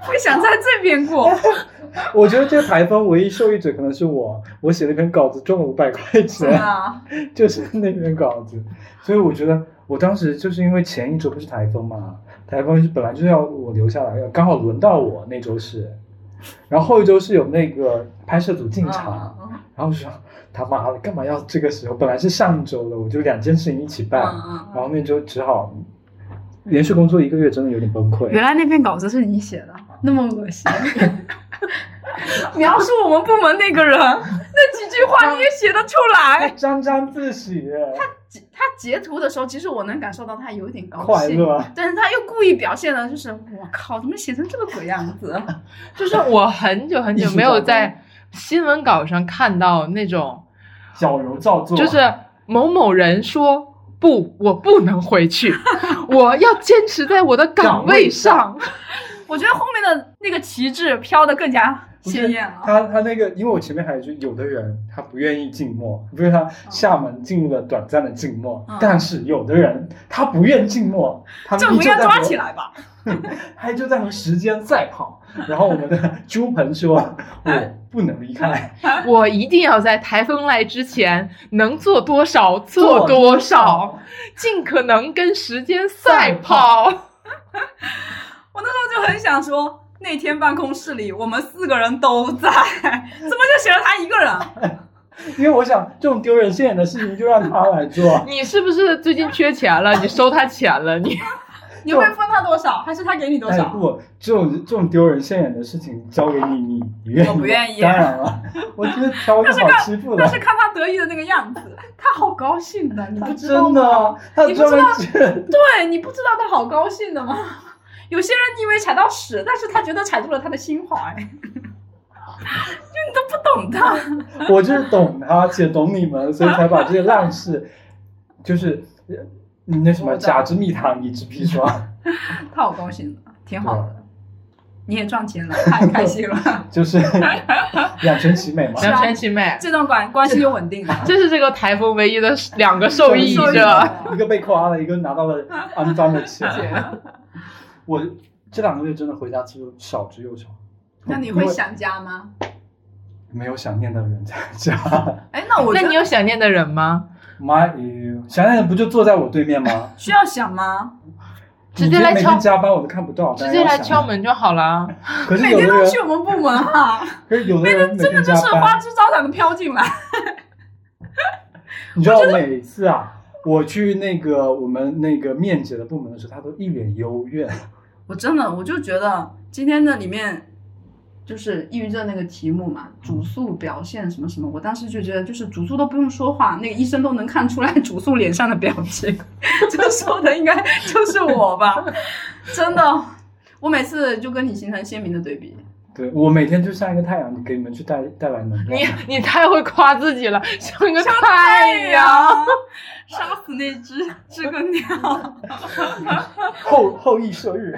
B: 会想在这边过。
C: 我觉得这个台风唯一受益者可能是我，我写了一篇稿子中了五百块
D: 对
C: 钱，
D: 啊，
C: 就是那篇稿子，所以我觉得我当时就是因为前一周不是台风嘛，台风本来就是要我留下来，刚好轮到我那周是，然后后一周是有那个拍摄组进场，
D: 嗯嗯
C: 然后我说他妈的干嘛要这个时候？本来是上周的，我就两件事情一起办，
D: 嗯嗯
C: 然后那周只好连续工作一个月，真的有点崩溃。
B: 原来那篇稿子是你写的，那么恶心。 描述我们部门那个人，那几句话你也写得出来？
C: 沾沾自喜，
B: 他截图的时候，其实我能感受到他有点高
C: 快
B: 兴，
C: 乐。
B: 但是他又故意表现的就是，我靠，怎么写成这个鬼样子？
A: 就是我很久很久没有在新闻稿上看到那种，
C: 矫揉造作，
A: 就是某某人说不，我不能回 去，我要坚持在我的岗位 上。
D: 我觉得后面的那个旗帜飘得更加
C: 不
D: 鲜
C: 是
D: 艳啊了。
C: 他他那个，因为我前面还有一句，有的人他不愿意静默，比如他厦门进入了短暂的静默，
D: 哦嗯
C: 但是有的人他不愿静默，他们
D: 政
C: 依
D: 府
C: 旧
D: 应该
C: 在
D: 抓
C: 和
D: 起，来吧？
C: 他依旧在和时间赛跑。然后我 们的朱鹏说：“
D: 哎
C: 我不能离开，
A: 我一定要在台风来之前能做多少做多少，尽可能跟时间赛 跑。。
D: 我那时候就很想说，那天办公室里我们四个人都在， 怎么就写了他一个人？啊
C: 因为我想这种丢人现眼的事情就让他来做
A: 你是不是最近缺钱了？你收他钱了？ 你
D: 你会分他多少，还是他给你多
C: 哎，
D: 少？
C: 不，这种这种丢人现眼的事情交给你，你你愿意
D: 我
C: 吗？
D: 不愿意啊
C: 当然了，我觉得挑一个好欺负的
D: 但。是看他得意的那个样子，
B: 他好高兴的，你
C: 他
B: 不知道
C: 真
B: 吗？
C: 的，啊他
B: 你不
C: 专门去
B: 对，你不知道他好高兴的吗？有些人以为踩到屎，但是他觉得踩住了他的 心怀。
D: 你都不懂他。
C: 我就是懂他，且懂你们，所以才把这些烂事，就是呃那什么
D: 我知道
C: 甲之蜜糖，乙之 砒霜，
D: 他好高兴的，挺好的。你也赚 钱了，太开心了，
C: 就是两全其美嘛。
A: 两全其美，
D: 这段关关系就稳定了。
A: 这是这个台风唯一的两个受益
D: 受益
A: 者。
C: 一个被夸了，一个拿到了肮脏的钱。我这两个月真的回家次数少之又少，
D: 那你
C: 因
D: 会
C: 为
D: 想家吗？
C: 没有想念的人在家？
D: 哎，那我
A: 那
D: 觉
A: 你
D: 得
A: 有想念的人吗？
C: 妈耶，想念的不就坐在我对面吗？
D: 需要想吗？
A: 直接来
C: 你今天每
A: 敲
C: 天加班我都看不到，
A: 直接来敲
C: 门。
A: 门就好了。
C: 可是
D: 每
C: 有
D: 天
C: 的
D: 都
C: 人
D: 去，我们部门 啊，
C: 可是有的人每
D: 真的
C: 天
D: 就
C: 加
D: 是
C: 班
D: 花。枝招展的飘进来。
C: 你知道每次啊，我去那个我们那个面姐的部门的时候，她都一脸幽怨。
D: 我真的我就觉得今天的里面
B: 就是抑郁症那个题目嘛，主诉表现什么什么，我当时就觉得就是主诉都不用说话，那个医生都能看出来主诉脸上的表情， 这说的应该就是我吧，真的，我每次就跟你形成鲜明的对 比。
C: 对我每天就像一个太阳，给你们去带带来能量。
A: 你你太会夸自己了，像一个
D: 像
A: 太
C: 哎
A: 阳。，
D: 杀死那只知更鸟。
C: 后后羿射日，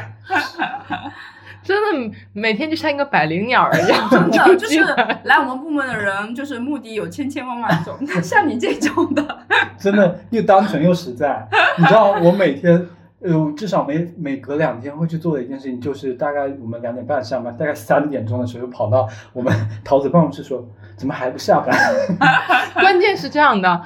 A: 真的每天就像一个百灵鸟儿一样，
B: 真的 就
A: 进
B: 是
A: 来
B: 来我们部门的人，就是目的有千千万万种， 像你这种的，
C: 真的又单纯又实在。你知道我每天，呃，至少每每隔两天会去做的一件事情，就是大概我们两点半上班，大概三点钟的时候就跑到我们桃子办公室说，怎么还不下班？
A: 关键是这样的，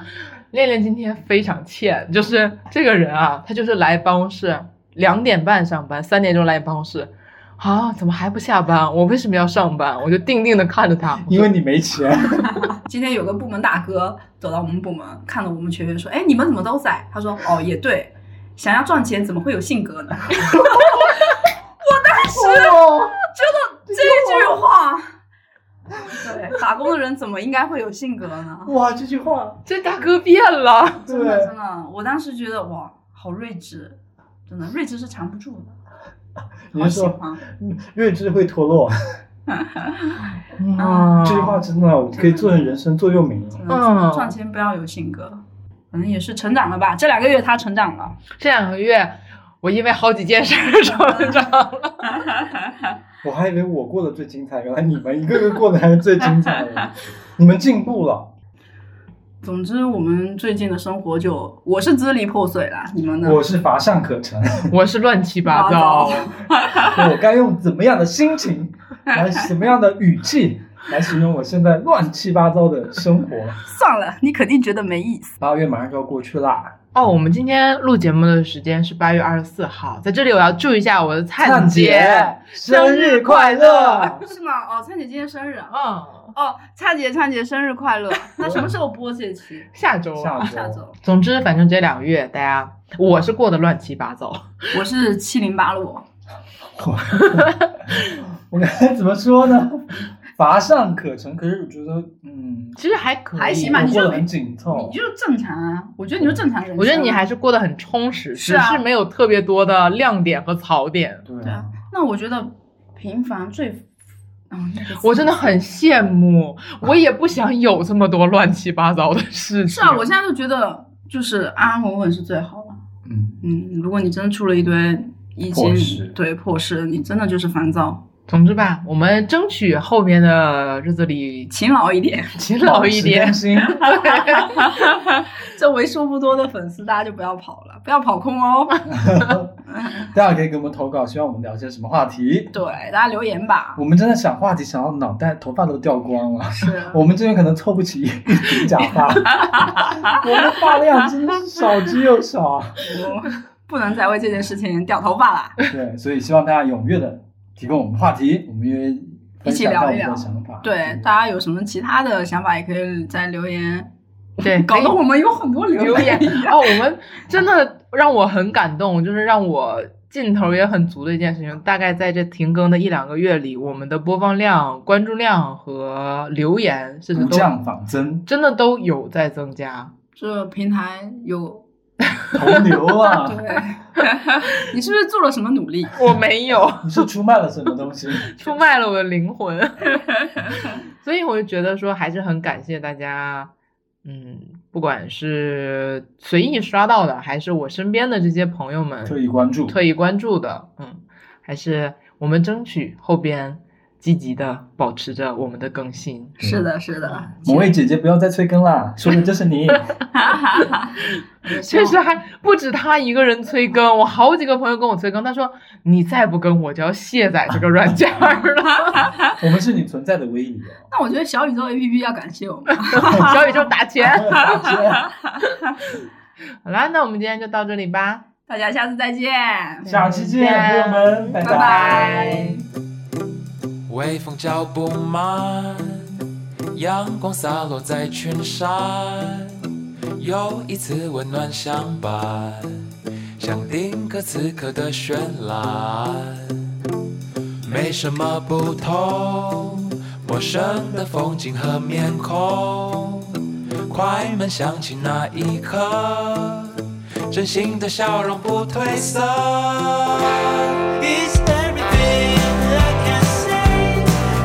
A: 恋恋今天非常欠，就是这个人啊，他就是来办公室两点半上班，三点钟来办公室。啊，怎么还不下班？我为什么要上班？我就定定的看着他，
C: 因为你没钱。
B: 今天有个部门大哥走到我们部门，看到我们全员说：“哎，你们怎么都在？”他说：“哦，也对，想要赚钱怎么会有性格呢？”我当时
C: 哦
B: 觉得这句话，对，打工的人怎么应该会有性格呢？
C: 哇，这句话，
A: 这大哥变了，
B: 真的
C: 对
B: 真的，我当时觉得哇，好睿智，真的睿智是藏不住的，
C: 你
B: 好
C: 是
B: 喜
C: 说
B: 欢。
C: 睿智会脱落，
A: 嗯，
C: 这句话真的我可以做成人生座右铭。
A: 嗯
B: 嗯，赚钱不要有性格，反正也是成长了吧。这两个月他成长了，
A: 这两个月我因为好几件事儿成长了，
C: 我还以为我过得最精彩，原来你们一个个过得还是最精彩的， 你们进步了。
B: 总之我们最近的生活就我是支离破碎啦，你们呢？
C: 我是乏善可陈，
A: 我是乱七八糟
B: 嗯 八糟，
C: 我该用怎么样的心情，来什么样的 语气来形容我现在乱七八糟的生活？
B: 算了，你肯定觉得没意思。
C: 八月马上就要过去啦，
A: 哦，我们今天录节目的时间是八月二十四号，在这里我要祝一下我的灿
C: 灿姐生日快乐！
B: 是吗？哦，灿姐今天生日啊！
A: 嗯，
B: 哦，灿姐，灿姐生日 快乐！那什么时候播这期？
A: 下周啊
C: 下
B: 下
C: 周
B: 周。
A: 总之，反正这两个月大家我是过得乱七八糟，
B: 我是七零八落，
C: 我该怎么说呢？乏善可陈，可是我觉得，嗯，
A: 其实还可以，
B: 还行吧
C: 我
B: 你
C: 过
B: 就
C: 得很紧凑
B: 你。就正常啊。我觉得你就正常人生啊。
A: 哦我觉得你还是过得很充实，
B: 是啊
A: 只是没有特别多的亮点和槽点。
C: 对
B: 对啊，那我觉得平凡最，嗯，那个词
A: 我真的很羡慕，我也不想有这么多乱七八糟的事情。
B: 是啊，我现在就觉得就是安安稳稳是最好的。
C: 嗯，
B: 嗯，如果你真的出了一堆已
C: 破
B: 经
C: 事
B: 对破事，你真的就是烦躁，
A: 总之吧，我们争取后面的日子里
B: 勤劳一点。
A: 勤劳一点
C: 保。持更新
B: 这为数不多的粉丝，大家就不要跑了，不要跑空哦。
C: 大家可以给我们投稿，希望我们聊些什么话题。
B: 对，大家留言吧。
C: 我们真的想话题，想到脑袋头发都掉光了。
B: 是，
C: 我们这边可能凑不齐一顶假发，我们发量真的是少之又少。啊
B: 我不能再为这件事情掉头发啦。
C: 对，所以希望大家踊跃的提供我们话题，我们约分享下我们的想法。
B: 对，大家有什么其他的想法，也可以在留言。
A: 对，
B: 搞得我们有很多哎留
A: 留言
B: 言。
A: 哦，我们真的让我很感动，就是让我劲头也很足的一件事情。大概在这停更的一两个月里，我们的播放量、关注量和留言，甚至
C: 不
A: 都
C: 降仿真，
A: 真的都有在增加。
B: 这平台有
C: 同流啊！
B: 对， 你是不是做了什么努力？
A: 我没有
C: 你是出卖了什么东西？
A: 出卖了我的灵魂， 所以我就觉得说还是很感谢大家。嗯，不管是随意刷到的，还是我身边的这些朋友们，
C: 特意关注，
A: 特意关注的，嗯，还是我们争取后边积极的保持着我们的更新。
C: 对
B: 是的，是的，
C: 某位姐姐不要再催更啦，说的就是你。
A: 确实还不止他一个人催更，我好几个朋友跟我催更，他说你再不更我就要卸载这个软件儿了，
C: 我们是你存在的唯一理由。
B: 那我觉得小宇宙 APP 要感谢我们。
A: 小宇宙打
C: 啊
A: 钱。
C: 再见
A: 好啦，那我们今天就到这里吧。
B: 大家下次再见，
C: 下期见，朋友们，
B: 拜拜。
E: 微风脚步慢，阳光洒落在群山，又一次温暖相伴，像定格此刻的绚烂。没什么不同。陌生的风景和面孔，快门响起那一刻，真心的笑容不褪色。It's everything I can say.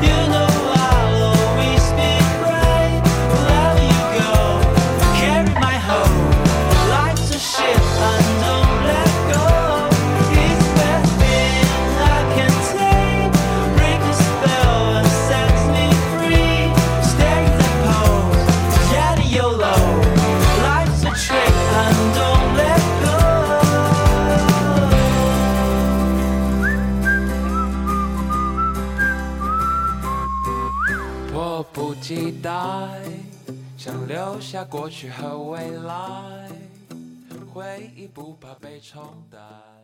E: You know I'll always be right. Wherever you go, carry my hope. Life's a ship and don't let go. It's everything I can take. Break the spell and sets me free. Stay the pose, daddy YOLO. Life's a trick and don't let go. 迫不及待，想留下过去和未来，回忆不怕被冲淡。